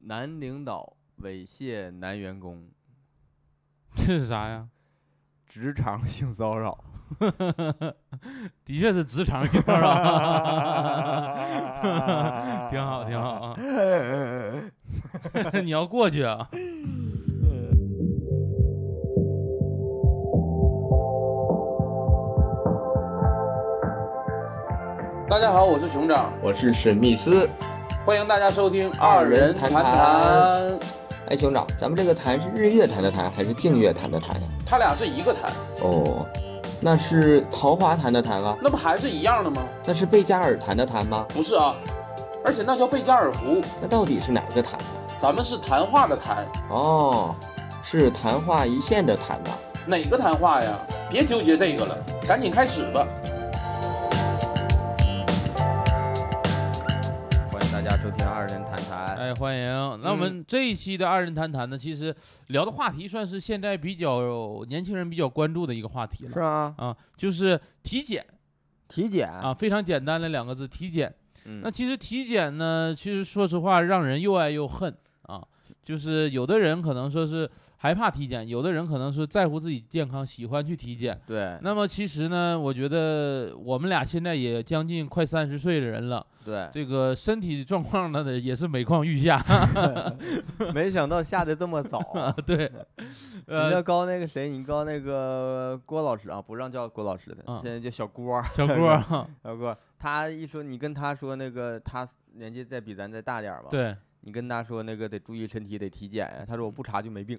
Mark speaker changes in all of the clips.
Speaker 1: 男领导猥亵男员工，
Speaker 2: 这是啥呀？
Speaker 1: 职场性骚扰。
Speaker 2: 的确是职场性骚扰，挺好，挺好啊。 你要过去啊？
Speaker 3: 大家好，我是熊掌，
Speaker 4: 我是史密斯。
Speaker 3: 欢迎大家收听
Speaker 4: 二人
Speaker 3: 谈
Speaker 4: 谈
Speaker 3: 谈。
Speaker 4: 哎，兄长，咱们这个谈是日月潭的谈还是净月潭的潭呀？
Speaker 3: 他俩是一个谈，
Speaker 4: 哦，那是桃花潭的潭啊？
Speaker 3: 那不还是一样的吗？
Speaker 4: 那是贝加尔潭的潭吗？
Speaker 3: 不是啊，而且那叫贝加尔湖，
Speaker 4: 那到底是哪个潭？
Speaker 3: 咱们是谈话的谈，
Speaker 4: 哦，是昙花一现的昙吧？
Speaker 3: 哪个谈话呀？别纠结这个了，赶紧开始吧。
Speaker 1: 欢迎大家收听二人谈谈。
Speaker 2: 哎，欢迎。那我
Speaker 3: 嗯
Speaker 2: 们这一期的二人谈谈呢，其实聊的话题算是现在比较年轻人比较关注的一个话题
Speaker 1: 是
Speaker 2: 了
Speaker 1: 吗？
Speaker 2: 啊，就是体检
Speaker 1: 体检
Speaker 2: 啊，，非常简单的两个字，体检。那
Speaker 1: 嗯，
Speaker 2: 其实体检呢，其实说实话，让人又爱又恨啊。就是有的人可能说是害怕体检，有的人可能是在乎自己健康，喜欢去体检。
Speaker 1: 对
Speaker 2: 那么其实呢，我觉得我们俩现在也将近快三十岁的人了，
Speaker 1: 对，
Speaker 2: 这个身体状况呢也是每况愈下。
Speaker 1: 没想到下的这么早。
Speaker 2: 对，
Speaker 1: 你
Speaker 2: 呃
Speaker 1: 要，高那个谁，你高那个郭老师啊，不让叫郭老师的，
Speaker 2: 嗯
Speaker 1: 现在叫小郭儿。
Speaker 2: 小郭啊儿，
Speaker 1: 小郭儿，他一说你跟他说那个他年纪再比咱再大点儿吧，，
Speaker 2: 对，
Speaker 1: 你跟他说那个得注意身体，得体检。他说我不查就没病。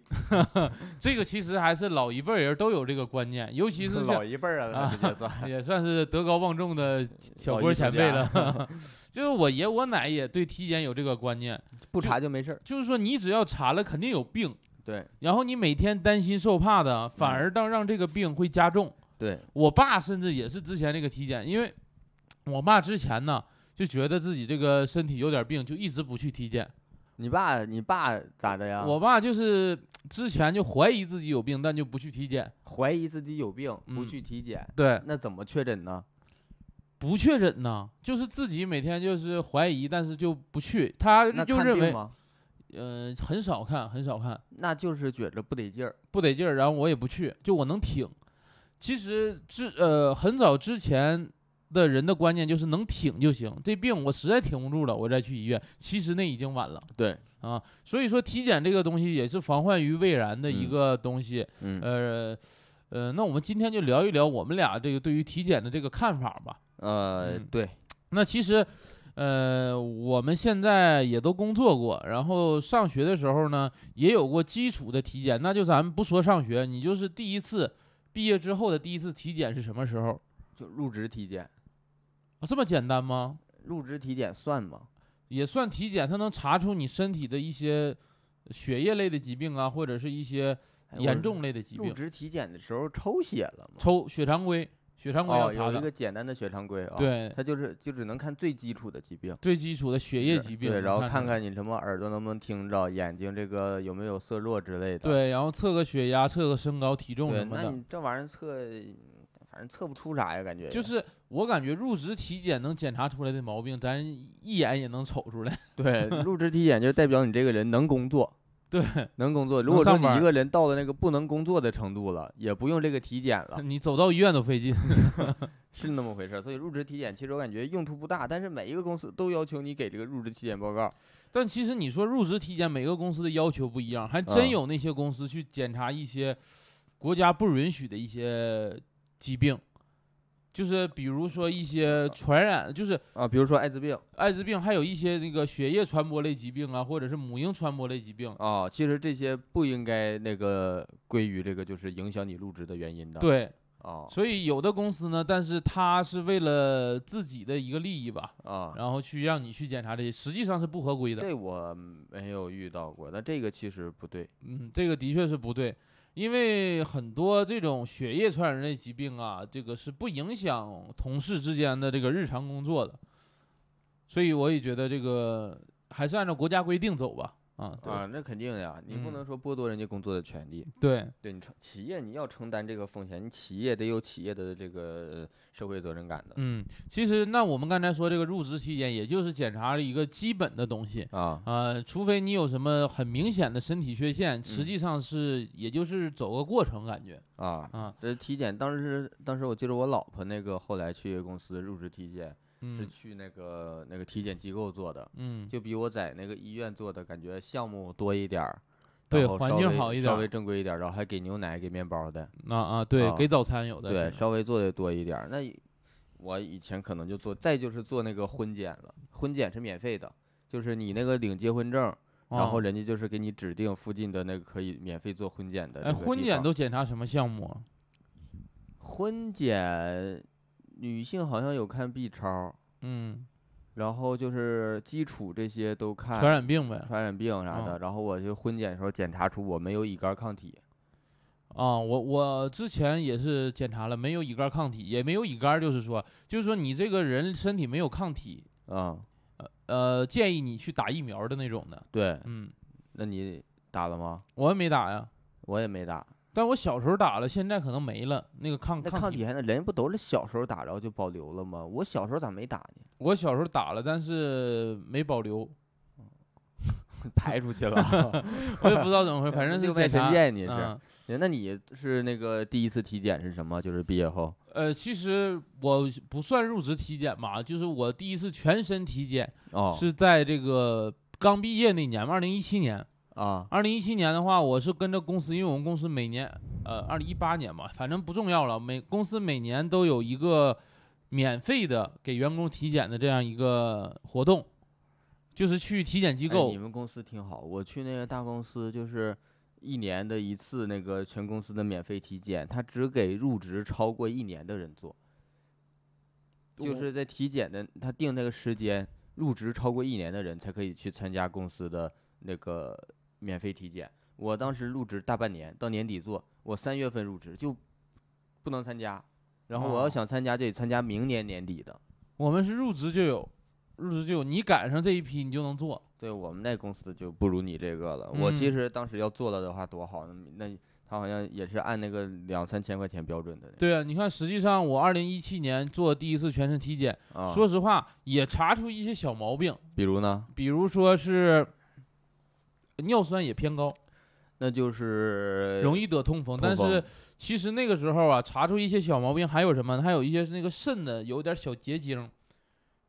Speaker 2: 这个其实还是老一辈儿人都有这个观念，尤其是像
Speaker 1: 老一辈儿人了，
Speaker 2: 啊
Speaker 1: 直接算。
Speaker 2: 也算是德高望重的 小
Speaker 1: 老
Speaker 2: 郭
Speaker 1: 艺术
Speaker 2: 前辈
Speaker 1: 家
Speaker 2: 了。就是我爷我奶也对体检有这个观念，
Speaker 1: 不
Speaker 2: 就
Speaker 1: 查就没事儿。
Speaker 2: 就是说你只要查了肯定有病，
Speaker 1: 对
Speaker 2: 然后你每天担心受怕的，反而让让这个病会加重。
Speaker 1: 对，
Speaker 2: 我爸甚至也是之前那个体检，因为我爸之前呢就觉得自己这个身体有点病，就一直不去体检。
Speaker 1: 你爸你爸咋的呀？
Speaker 2: 我爸就是之前就怀疑自己有病，但就不去体检。
Speaker 1: 怀疑自己有病，不
Speaker 2: 嗯
Speaker 1: 去体检，
Speaker 2: 对，
Speaker 1: 那怎么确诊呢？
Speaker 2: 不确诊呢，就是自己每天就是怀疑，但是就不去。他
Speaker 1: 那
Speaker 2: 就
Speaker 1: 看
Speaker 2: 认
Speaker 1: 病
Speaker 2: 为，
Speaker 1: 吗？
Speaker 2: 呃，很少看，很少看，
Speaker 1: 那就是觉着不得劲儿。
Speaker 2: 不得劲儿，然后我也不去，就我能挺。其实之呃很早之前的人的观念就是能挺就行，这病我实在挺不住了，我再去医院。其实那已经晚了
Speaker 1: 对，
Speaker 2: 啊，所以说体检这个东西也是防患于未然的一
Speaker 1: 嗯
Speaker 2: 个东西。
Speaker 1: 嗯
Speaker 2: 呃呃，那我们今天就聊一聊我们俩这个对于体检的这个看法吧。
Speaker 1: 呃，
Speaker 2: 嗯
Speaker 1: 对，
Speaker 2: 那其实，呃，我们现在也都工作过，然后上学的时候呢，也有过基础的体检。那就咱们不说上学，你就是第一次毕业之后的第一次体检是什么时候？
Speaker 1: 就入职体检，
Speaker 2: 啊、这么简单吗？
Speaker 1: 入职体检算吗？
Speaker 2: 也算体检，它能查出你身体的一些血液类的疾病啊，或者是一些
Speaker 1: 哎我
Speaker 2: 严重类的疾
Speaker 1: 入
Speaker 2: 病。
Speaker 1: 职体检的时候抽血了吗？
Speaker 2: 抽血常规，血常规要
Speaker 1: 哦，
Speaker 2: 查
Speaker 1: 有一
Speaker 2: 的，
Speaker 1: 个简单的血常规啊，，
Speaker 2: 对，
Speaker 1: 它就是就只能看最基础的疾病，
Speaker 2: 最基础的血液
Speaker 1: 对
Speaker 2: 疾病，
Speaker 1: 对，然后看
Speaker 2: 出来
Speaker 1: 看你什么耳朵能不能听着，眼睛这个有没有色弱之类的。
Speaker 2: 对，然后测个血压，测个身高、体重
Speaker 1: 对，
Speaker 2: 什么
Speaker 1: 那
Speaker 2: 的。
Speaker 1: 你这玩意儿测，反正测不出啥呀，感觉也
Speaker 2: 就是我感觉入职体检能检查出来的毛病，咱一眼也能瞅出来。
Speaker 1: 对，呃入职体检就代表你这个人能工作，
Speaker 2: 对，
Speaker 1: 能工作。如
Speaker 2: 能
Speaker 1: 果说
Speaker 2: 上
Speaker 1: 你
Speaker 2: 班
Speaker 1: 一
Speaker 2: 儿
Speaker 1: 个人到了那个不能工作的程度了，也不用这个体检了
Speaker 2: ，你走到医院都费劲。
Speaker 1: 是那么回事儿。所以入职体检其实我感觉用途不大，但是每一个公司都要求你给这个入职体检报告。
Speaker 2: 但其实你说入职体检，每个公司的要求不一样，还真
Speaker 1: 嗯
Speaker 2: 有那些公司去检查一些国家不允许的一些疾病，就是比如说一些传染，就是
Speaker 1: 啊，比如说艾滋病
Speaker 2: 艾滋病，还有一些那个血液传播类疾病啊，或者是母婴传播类疾病。
Speaker 1: 啊，其实这些不应该那个归于这个就是影响你入职的原因的。
Speaker 2: 对，
Speaker 1: 啊
Speaker 2: 所以有的公司呢，但是它是为了自己的一个利益吧，
Speaker 1: 啊，
Speaker 2: 然后去让你去检查这些，实际上是不合规的。
Speaker 1: 这我没有遇到过，但这个其实不对。
Speaker 2: 嗯，这个的确是不对，因为很多这种血液传染类疾病啊，这个是不影响同事之间的这个日常工作的，所以我也觉得这个还是按照国家规定走吧。啊、啊，对
Speaker 1: 啊，那肯定的呀，你不
Speaker 2: 嗯
Speaker 1: 能说剥夺人家工作的权利。
Speaker 2: 对，
Speaker 1: 对你承企业你要承担这个风险，你企业得有企业的这个社会责任感的
Speaker 2: 嗯，其实那我们刚才说这个入职体检，也就是检查了一个基本的东西。
Speaker 1: 啊。
Speaker 2: 呃，除非你有什么很明显的身体缺陷，实
Speaker 1: 嗯
Speaker 2: 际上是也就是走个过程感觉
Speaker 1: 啊，
Speaker 2: 啊，
Speaker 1: 这体检当时，当时我记得我老婆那个后来去公司入职体检，是
Speaker 2: 嗯
Speaker 1: 去那个那个体检机构做的，
Speaker 2: 嗯，
Speaker 1: 就比我在那个医院做的感觉项目多一点儿，
Speaker 2: 对
Speaker 1: 然后
Speaker 2: 环
Speaker 1: 稍
Speaker 2: 境
Speaker 1: 微
Speaker 2: 好一点
Speaker 1: 稍
Speaker 2: 儿
Speaker 1: 微正规一点儿，然后还给牛奶给面包的，
Speaker 2: 啊啊，对，
Speaker 1: 啊
Speaker 2: 给早餐有的
Speaker 1: 对，
Speaker 2: 是
Speaker 1: 稍微做的多一点儿。那以我以前可能就做，再就是做那个婚检了，婚检是免费的，就是你那个领结婚证，然后
Speaker 2: 啊
Speaker 1: 人家就是给你指定附近的那个可以免费做婚检的这
Speaker 2: 哎，
Speaker 1: 个地方。
Speaker 2: 婚检都检查什么项目啊？
Speaker 1: 婚检，女性好像有看 B 超，
Speaker 2: 嗯，
Speaker 1: 然后就是基础这些都看
Speaker 2: 传染病哦呗。
Speaker 1: 哎传染病啥的。然后我就婚检的时候检查出我没有乙肝抗体，
Speaker 2: 啊，我我之前也是检查了，没有乙肝抗体，也没有乙肝，就是说，就是说你这个人身体没有抗体，
Speaker 1: 啊、
Speaker 2: 呃，建议你去打疫苗的那种的。
Speaker 1: 对，
Speaker 2: 嗯，
Speaker 1: 那你打了吗？
Speaker 2: 我也没打呀，
Speaker 1: 我也没打，
Speaker 2: 但我小时候打了，现在可能没了那个抗
Speaker 1: 那抗
Speaker 2: 体。
Speaker 1: 体还能人不都是小时候打着就保留了吗？我小时候咋没打呢？
Speaker 2: 我小时候打了，但是没保留，
Speaker 1: 排出 去了。
Speaker 2: 我也不知道怎么回事，反正是
Speaker 1: 另外
Speaker 2: 检
Speaker 1: 神
Speaker 2: 查。
Speaker 1: 剑你是
Speaker 2: 嗯
Speaker 1: 那你是那个第一次体检是什么？就是毕业后
Speaker 2: 呃，其实我不算入职体检吧，就是我第一次全身体检
Speaker 1: 哦
Speaker 2: 是在这个刚毕业那年嘛，二零一七年。
Speaker 1: 啊
Speaker 2: 二零一七年的话，我是跟着公司，因为我们公司每年，呃，二零一八年吧，反正不重要了。每公司每年都有一个免费的给员工体检的这样一个活动，就是去体检机
Speaker 1: 机
Speaker 2: 构。
Speaker 1: 哎你们公司挺好，我去那个大公司就是一年的一次那个全公司的免费体检，他只给入职超过一年的人做，就
Speaker 2: 我
Speaker 1: 是在体检的他定那个时间，入职超过一年的人才可以去参加公司的那个免费体检。我当时入职大半年，到年底做，我三月份入职就不能参加，然后我要
Speaker 2: 哦
Speaker 1: 想参加就得参加明年年底的。
Speaker 2: 我们是入职就有，入职就有，你赶上这一批你就能做。
Speaker 1: 对我们那公司就不如你这个了。我其
Speaker 2: 嗯
Speaker 1: 实当时要做了的话多好，呢，那他好像也是按那个两三千块钱标准的那
Speaker 2: 对啊，你看，实际上我二零一七年做第一次全身体检，
Speaker 1: 个啊。
Speaker 2: 说实话也查出一些小毛病，
Speaker 1: 比如呢，
Speaker 2: 比如说是尿酸也偏高，
Speaker 1: 那就是
Speaker 2: 容
Speaker 1: 易
Speaker 2: 易得痛风。
Speaker 1: 痛
Speaker 2: 但是
Speaker 1: 风
Speaker 2: 其实那个时候啊，查出一些小毛病，还有什么呢？还有一些是那个肾的有点小结晶，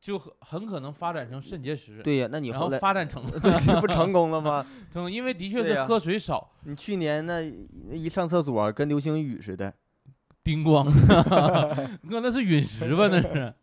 Speaker 2: 就很很可能发展成肾结石，
Speaker 1: 对呀、那你
Speaker 2: 然
Speaker 1: 后
Speaker 2: 后
Speaker 1: 来
Speaker 2: 发展成
Speaker 1: 对 不成功了吗？
Speaker 2: 成，因为的确
Speaker 1: 对
Speaker 2: 是
Speaker 1: 呀
Speaker 2: 喝水少。
Speaker 1: 你去年那那一上厕所跟流星雨似的，
Speaker 2: 叮咣，哥那是陨石吧？那是，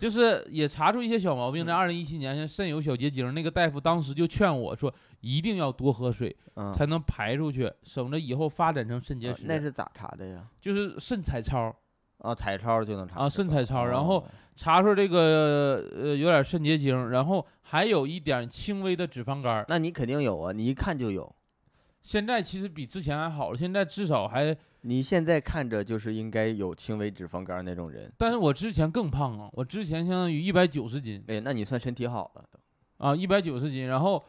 Speaker 2: 就是也查出一些小毛
Speaker 1: 嗯
Speaker 2: 病。在二零一七年，像肾有小结晶，那个大夫当时就劝我说，一定要多喝水，
Speaker 1: 嗯，
Speaker 2: 才能排出去，省着以后发展成肾结
Speaker 1: 啊
Speaker 2: 石。
Speaker 1: 那是咋查的呀？
Speaker 2: 就是肾彩超
Speaker 1: 啊，彩超就能查
Speaker 2: 啊，
Speaker 1: 出
Speaker 2: 肾
Speaker 1: 来
Speaker 2: 彩超，然后
Speaker 1: 哦
Speaker 2: 查出这个呃有点肾结晶，然后还有一点轻微的脂肪肝儿。
Speaker 1: 那你肯定有啊，你一看就有。
Speaker 2: 现在其实比之前还好了，现在至少还，
Speaker 1: 你现在看着就是应该有轻微脂肪肝那种人，
Speaker 2: 但是我之前更胖啊，我之前相当于一百九十斤。
Speaker 1: 对，哎那你算身体好了都。
Speaker 2: 啊，一百九十斤，然后，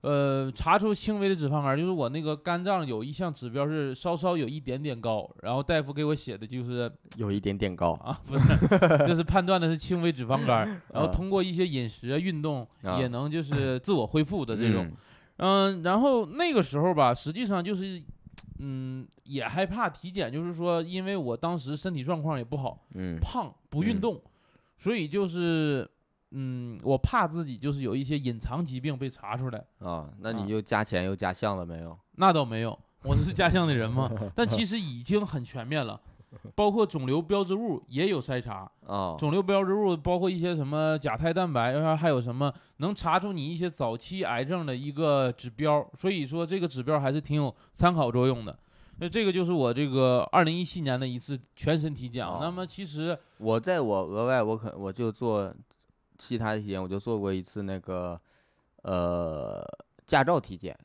Speaker 2: 呃，查出轻微的脂肪肝，就是我那个肝脏有一项指标是稍稍有一点点高，然后大夫给我写的就是
Speaker 1: 有一点点高，
Speaker 2: 啊，不是， 就是判断的是轻微脂肪肝，然后
Speaker 1: 啊
Speaker 2: 通过一些饮食啊、运动
Speaker 1: 啊
Speaker 2: 也能就是自我恢复的这种，
Speaker 1: 嗯
Speaker 2: 嗯、然后那个时候吧，实际上就是。嗯，也害怕体检，就是说，因为我当时身体状况也不好，
Speaker 1: 嗯
Speaker 2: 胖不运
Speaker 1: 嗯
Speaker 2: 动，所以就是，嗯，我怕自己就是有一些隐藏疾病被查出来，
Speaker 1: 啊，那
Speaker 2: 啊
Speaker 1: 你又加钱又加项了没有？
Speaker 2: 那倒没有，我是家乡的 人嘛，但其实已经很全面了，包括肿瘤标志物也有筛查，
Speaker 1: 啊，
Speaker 2: 肿瘤标志物包括一些什么甲胎蛋白，然后还有什么能查出你一些早期癌症的一个指标，所以说这个指标还是挺有参考作用的。那这个就是我这个二零一七年的一次全身体检啊。
Speaker 1: 哦
Speaker 2: 那么其实
Speaker 1: 我在我额外我可我就做其他的体检，我就做过一次那个呃驾照体检，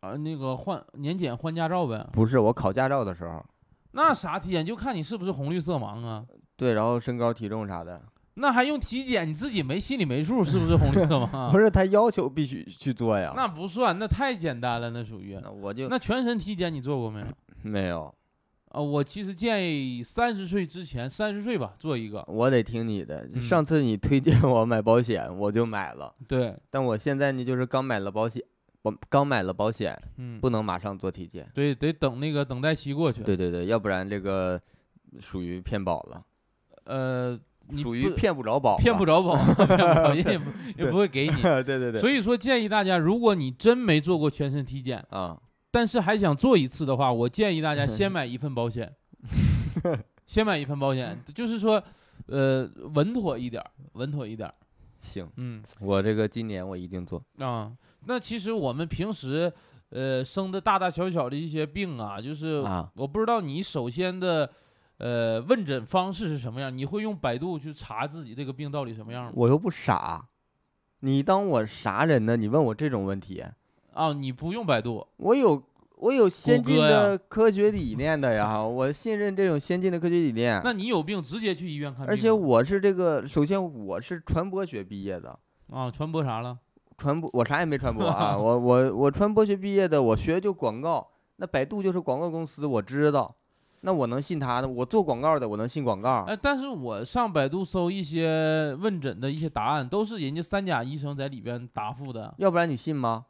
Speaker 2: 啊、那个换年检换驾照呗，
Speaker 1: 不是我考驾照的时候，
Speaker 2: 那啥体检就看你是不是红绿色盲啊。
Speaker 1: 对，然后身高体重啥的，
Speaker 2: 那还用体检？你自己没心里没数，是不是红绿色吗？
Speaker 1: 不是他要求必须去做呀。
Speaker 2: 啊那不算，那太简单了，那属于。
Speaker 1: 那我就
Speaker 2: 那全身体检你做过没有？
Speaker 1: 没有，
Speaker 2: 啊，我其实建议三十岁之前，三十岁吧做一个。
Speaker 1: 我得听你的。
Speaker 2: 嗯
Speaker 1: 上次你推荐我买保险，我就买了，
Speaker 2: 对，
Speaker 1: 但我现在呢就是刚买了保险，我刚买了保险，
Speaker 2: 嗯，
Speaker 1: 不能马上做体检。
Speaker 2: 对，得等那个等待期过去。
Speaker 1: 对对对，要不然这个属于骗保了，
Speaker 2: 呃，你
Speaker 1: 属于
Speaker 2: 不
Speaker 1: 骗不着保，
Speaker 2: 骗不。着保，骗不着，人也不也
Speaker 1: 对。
Speaker 2: 不会给你
Speaker 1: 对对对，
Speaker 2: 所以说，建议大家，如果你真没做过全身体检，
Speaker 1: 啊，
Speaker 2: 但是还想做一次的话，我建议大 家先买一份保险，先买一份 保险，就是说，呃，稳妥一点儿，稳妥一点儿。
Speaker 1: 行，
Speaker 2: 嗯
Speaker 1: 我这个今年我一定做。
Speaker 2: 啊，那其实我们平时，呃，生的大大小小的一些病啊，就是
Speaker 1: 啊
Speaker 2: 我不知道你首先的，呃，问诊方式是什么样，你会用百度去查自己这个病到底什么样吗？
Speaker 1: 我又不傻，你当我啥人呢？你问我这种问题，
Speaker 2: 啊，你不用百度，
Speaker 1: 我有我有先进
Speaker 2: 谷歌呀
Speaker 1: 的科学理念的呀，我信任这种先进的科学理念。
Speaker 2: 那你有病直接去医院看病吗。
Speaker 1: 而且我是这个，首先我是传播学毕业的，
Speaker 2: 啊，传播啥了？
Speaker 1: 传播我啥也没传播啊，我我我传播学毕业的，我学就广告，那百度就是广告公司，我知道，那我能信他的？我做广告的，我能信广告？
Speaker 2: 哎，但是我上百度搜一些问诊的一些答案，都是人家三甲医生在里边答复的
Speaker 1: 要不然你信吗？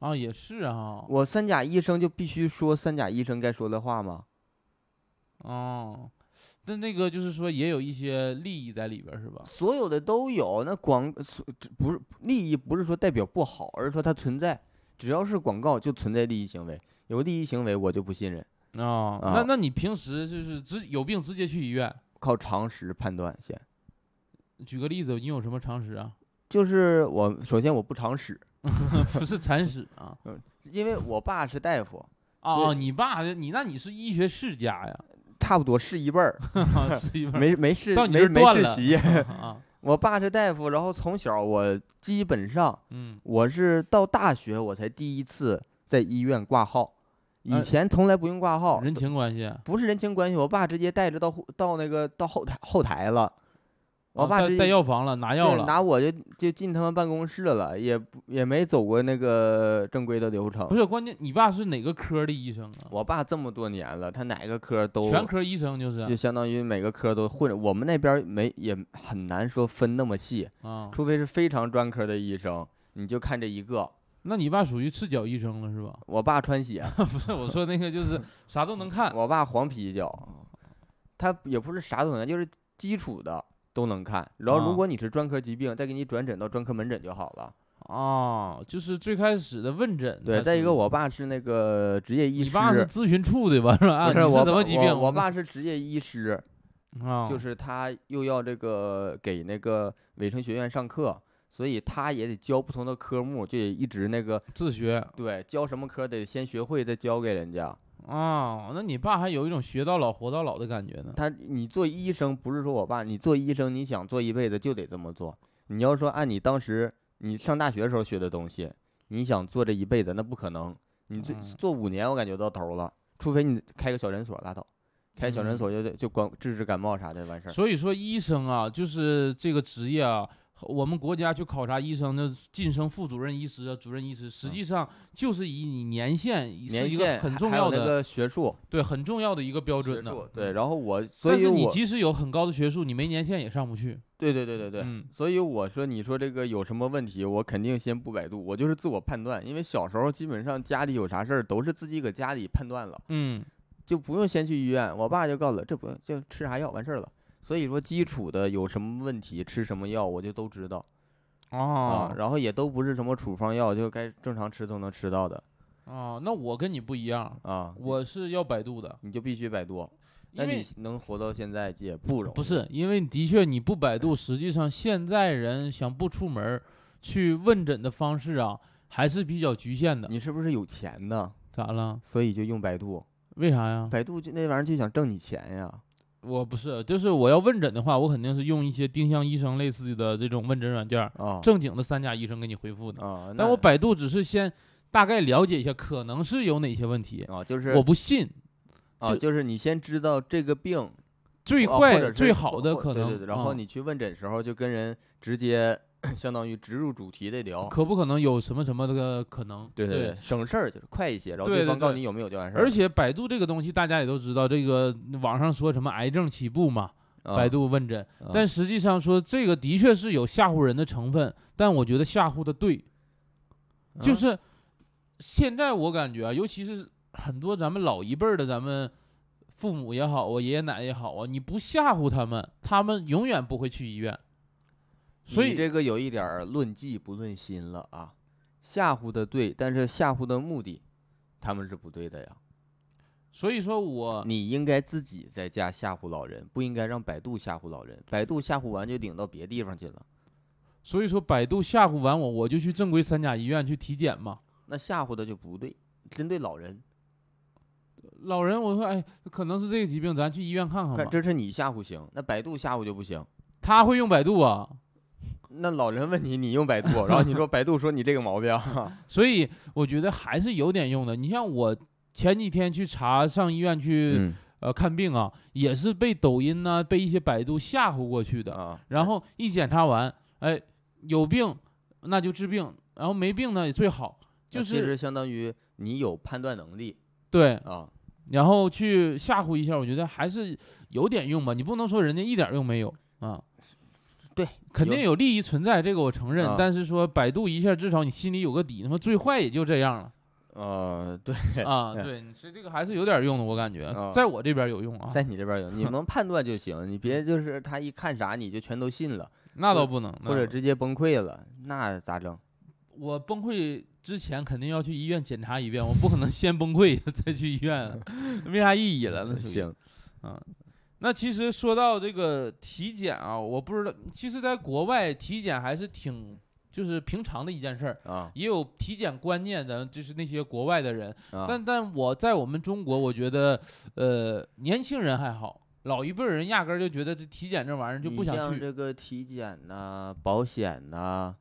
Speaker 2: 啊，也是啊，
Speaker 1: 我三甲医生就必须说三甲医生该说的话吗？
Speaker 2: 哦，但那个就是说也有一些利益在里边儿是吧？
Speaker 1: 所有的都有。那广所这不是利益，不是说代表不好，而是说它存在。只要是广告，就存在利益行为。有利益行为，我就不信任。
Speaker 2: 哦，
Speaker 1: 啊
Speaker 2: 那那你平时就是直有病直接去医院？
Speaker 1: 靠常识判断先，
Speaker 2: 举个例子，你有什么常识啊？
Speaker 1: 就是我首先我不常识，
Speaker 2: 不是常识啊
Speaker 1: 因为我爸是大夫，
Speaker 2: 啊！
Speaker 1: 所
Speaker 2: 啊
Speaker 1: 以
Speaker 2: 你爸你那你是医学世家呀，啊
Speaker 1: 差不多是一辈儿，
Speaker 2: 是一辈儿
Speaker 1: 没没事
Speaker 2: 到你
Speaker 1: 没
Speaker 2: 这儿
Speaker 1: 没
Speaker 2: 断
Speaker 1: 世
Speaker 2: 了
Speaker 1: 袭。
Speaker 2: 啊，
Speaker 1: 我爸是大夫，然后从小我基本上
Speaker 2: 嗯，
Speaker 1: 我是到大学我才第一次在医院挂号，以
Speaker 2: 呃
Speaker 1: 前从来不用挂号，
Speaker 2: 人情关系。啊
Speaker 1: 不是人情关系，我爸直接带着到后到那个到后台后台了，我
Speaker 2: 啊
Speaker 1: 爸
Speaker 2: 带
Speaker 1: 直
Speaker 2: 带
Speaker 1: 接、
Speaker 2: 药房了，拿药
Speaker 1: 对
Speaker 2: 了，
Speaker 1: 拿我就就进他们办公室了，也不也没走过那个正规的流程
Speaker 2: 不。是关键，你爸是哪个科儿的医生啊？
Speaker 1: 我爸这么多年了，他哪个科都
Speaker 2: 全科医生就是啊
Speaker 1: 就相当于每个科都混着。我们那边没也很难说分那么细，
Speaker 2: 啊。
Speaker 1: 除非是非常专科的医生，你就看这一个。
Speaker 2: 那你爸属于赤脚医生了是吧？
Speaker 1: 我爸穿 鞋，
Speaker 2: 不是，我说那 个就是啥都能看。
Speaker 1: 我爸黄皮脚，他也不是啥都能，就是基础的都能看。然后
Speaker 2: 啊
Speaker 1: 如果你是专科疾病，再给你转诊到专科门诊就好了。
Speaker 2: 哦，就是最开始的问诊。
Speaker 1: 对，再一个，，我爸是那个职业医
Speaker 2: 你
Speaker 1: 师，
Speaker 2: 爸是咨询处的吧？是吧？啊
Speaker 1: 不
Speaker 2: 你
Speaker 1: 是我
Speaker 2: 什么
Speaker 1: 爸
Speaker 2: 疾
Speaker 1: 我
Speaker 2: 病？
Speaker 1: 我爸是职业医师，
Speaker 2: 啊，
Speaker 1: 就是他又要这个给那个卫生学院上课，所以他也得教不同的科目，就得一直那个
Speaker 2: 自学。
Speaker 1: 对教什么科得先学会再教给人家。
Speaker 2: 哦，那你爸还有一种学到老活到老的感觉呢。
Speaker 1: 他你做医生不是说我爸，你做医生你想做一辈子就得这么做。你要说按你当时你上大学的时候学的东西，你想做这一辈子那不可能。你最
Speaker 2: 嗯
Speaker 1: 做五年我感觉到头了，除非你开个小诊所拉倒，开小诊所就就管治治感冒啥的完事儿。
Speaker 2: 嗯所以说，医生啊，就是这个职业啊。我们国家去考察医生的晋升副主任医师啊、主任医师，实际上就是以你年限是
Speaker 1: 嗯年
Speaker 2: 一个
Speaker 1: 限
Speaker 2: 很
Speaker 1: 还
Speaker 2: 重
Speaker 1: 还有
Speaker 2: 要
Speaker 1: 那
Speaker 2: 的
Speaker 1: 个学术，
Speaker 2: 对很重要的一个标
Speaker 1: 学
Speaker 2: 准的嗯
Speaker 1: 术。对，然后我所
Speaker 2: 但
Speaker 1: 以
Speaker 2: 是你
Speaker 1: 我
Speaker 2: 即使有很高的学术，你没年限也上不去。
Speaker 1: 对对对对对，
Speaker 2: 嗯
Speaker 1: 所以我说，你说这个有什么问题，我肯定先不百度，我就是自我判断，因为小时候基本上家里有啥事儿都是自己搁家里判断了，
Speaker 2: 嗯，
Speaker 1: 就不用先去医院。我爸就告诉我，这不用就吃啥药完事儿了。所以说基础的有什么问题，吃什么药我就都知道啊
Speaker 2: 哦，
Speaker 1: 然后也都不是什么处方药，就该正常吃都能吃到的
Speaker 2: 哦，那我跟你不一样，
Speaker 1: 啊。
Speaker 2: 我是要百度的，
Speaker 1: 你就必须百度，那
Speaker 2: 因
Speaker 1: 你
Speaker 2: 为
Speaker 1: 能活到现在也不容易。
Speaker 2: 不是因为的确你不百度，实际上现在人想不出门儿去问诊的方式啊，还是比较局限的。
Speaker 1: 你是不是有钱呢？
Speaker 2: 咋了？
Speaker 1: 所以就用百度，
Speaker 2: 为啥呀？
Speaker 1: 百度就那玩意儿就想挣你钱呀。
Speaker 2: 我不是，就是我要问诊的话，我肯定是用一些丁香医生类似的这种问诊软件儿，
Speaker 1: 啊
Speaker 2: 正经的三甲医生给你回复的。
Speaker 1: 啊，
Speaker 2: 但我百度只是先大概了解一下，可能是有哪些问题，
Speaker 1: 啊，就是
Speaker 2: 我不信。
Speaker 1: 啊，
Speaker 2: 就
Speaker 1: 就是你先知道这个病
Speaker 2: 最
Speaker 1: 啊或
Speaker 2: 坏、
Speaker 1: 者
Speaker 2: 最
Speaker 1: 是
Speaker 2: 好
Speaker 1: 或
Speaker 2: 的
Speaker 1: 或
Speaker 2: 可
Speaker 1: 对
Speaker 2: 能。
Speaker 1: 对对然后
Speaker 2: 嗯
Speaker 1: 你去问诊时候就跟人直接 相当于植入主题的聊，
Speaker 2: 可不可能有什么什么的可能？
Speaker 1: 对
Speaker 2: 对
Speaker 1: 对，省事儿就是啊快一些，然后
Speaker 2: 对对
Speaker 1: 方告
Speaker 2: 对
Speaker 1: 你有没有就完事儿了。
Speaker 2: 而且百度这个东西大家也都知道，这个网上说什么癌症起步嘛，
Speaker 1: 啊
Speaker 2: 百，度问诊，
Speaker 1: 啊
Speaker 2: 但实际上说这个的确是有吓唬人的成分，但我觉得吓唬的对，就
Speaker 1: 啊
Speaker 2: 是现在我感觉啊，尤其是很多咱们老一辈儿的咱们父母也好啊，爷爷奶奶也好啊，你不吓唬他们，他们永远不会去医院。所
Speaker 1: 你
Speaker 2: 以
Speaker 1: 这个有一点儿论迹不论心了啊，吓唬的对，但是吓唬的目的他们是不对的呀。
Speaker 2: 所以说我
Speaker 1: 你应该自己在家吓唬老人，不应该让百度吓唬老人。百度吓唬完就顶到别地方去了。
Speaker 2: 所以说百度吓唬完我，我就去正规三甲医院去体检嘛。
Speaker 1: 那吓唬的就不对，针对老人，
Speaker 2: 啊老人，我说哎，可能是这个疾病，咱去医院看看
Speaker 1: 看
Speaker 2: 吧。
Speaker 1: 这是你吓唬行，那百度吓唬就不行。
Speaker 2: 他会用百度啊，
Speaker 1: 那老人问你，你用百 度，然后你说百度说你这个毛病啊，
Speaker 2: 所以我觉得还是有点用的。你像我前几天去查上医院去、
Speaker 1: 嗯
Speaker 2: 呃看病啊，也是被抖音呐、被一些百度吓唬过去的。
Speaker 1: 啊，
Speaker 2: 然后一检查完，哎，有病那就治病，然后没病呢也最好，
Speaker 1: 那
Speaker 2: 就
Speaker 1: 其
Speaker 2: 是
Speaker 1: 实相当于你有判断能力
Speaker 2: 对，
Speaker 1: 啊，
Speaker 2: 然后去吓唬一下，我觉得还是有点用吧。你不能说人家一点用没有啊。
Speaker 1: 对，
Speaker 2: 肯
Speaker 1: 有
Speaker 2: 定有利益存在，这个我承认。
Speaker 1: 啊
Speaker 2: 但是说百度一下，至少你心里有个底，他妈最坏也就这样了
Speaker 1: 呃， 对，
Speaker 2: 啊。
Speaker 1: 对
Speaker 2: 对，你是这个还是有点用的，我感觉，
Speaker 1: 啊
Speaker 2: 在我这边有用啊。
Speaker 1: 在你这边有， 你能判断就行，你别就是他一看啥你就全都信了，
Speaker 2: 那倒不能，那
Speaker 1: 或者
Speaker 2: 倒
Speaker 1: 直接崩溃了，那咋整？
Speaker 2: 我崩溃之前肯定要去医院检查一遍，我不可能先崩溃 再去医院 啊，没啥意义了。那属于
Speaker 1: 行，
Speaker 2: 啊。那其实说到这个体检啊，我不知道，其实在国外体检还是挺就是平常的一件事儿，
Speaker 1: 啊
Speaker 2: 也有体检观念的，就是那些国外的人。
Speaker 1: 啊，
Speaker 2: 但但我在我们中国，我觉得，呃，年轻人还好，老一辈儿人压根儿就觉得这体检这玩意儿就
Speaker 1: 你
Speaker 2: 不想
Speaker 1: 像
Speaker 2: 去。
Speaker 1: 这个体检呐、保险呐、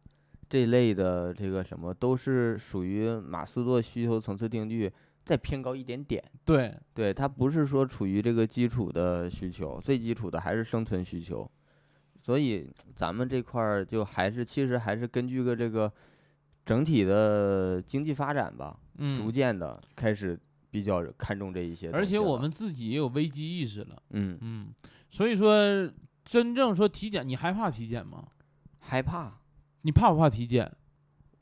Speaker 1: 这类的这个什么，都是属于马斯洛需求层次定律再偏高一点点。
Speaker 2: 对，
Speaker 1: 对，它不是说处于这个基础的需求，最基础的还是生存需求。所以咱们这块儿就还是，其实还是根据个这个整体的经济发展吧，逐
Speaker 2: 嗯，
Speaker 1: 渐的开始比较看重这一些东
Speaker 2: 而
Speaker 1: 西
Speaker 2: 且我
Speaker 1: 了
Speaker 2: 们自己也有危机意识了，
Speaker 1: 嗯
Speaker 2: 嗯，所以说真正说体检，你害怕体检吗？
Speaker 1: 害怕。
Speaker 2: 你怕不怕体检？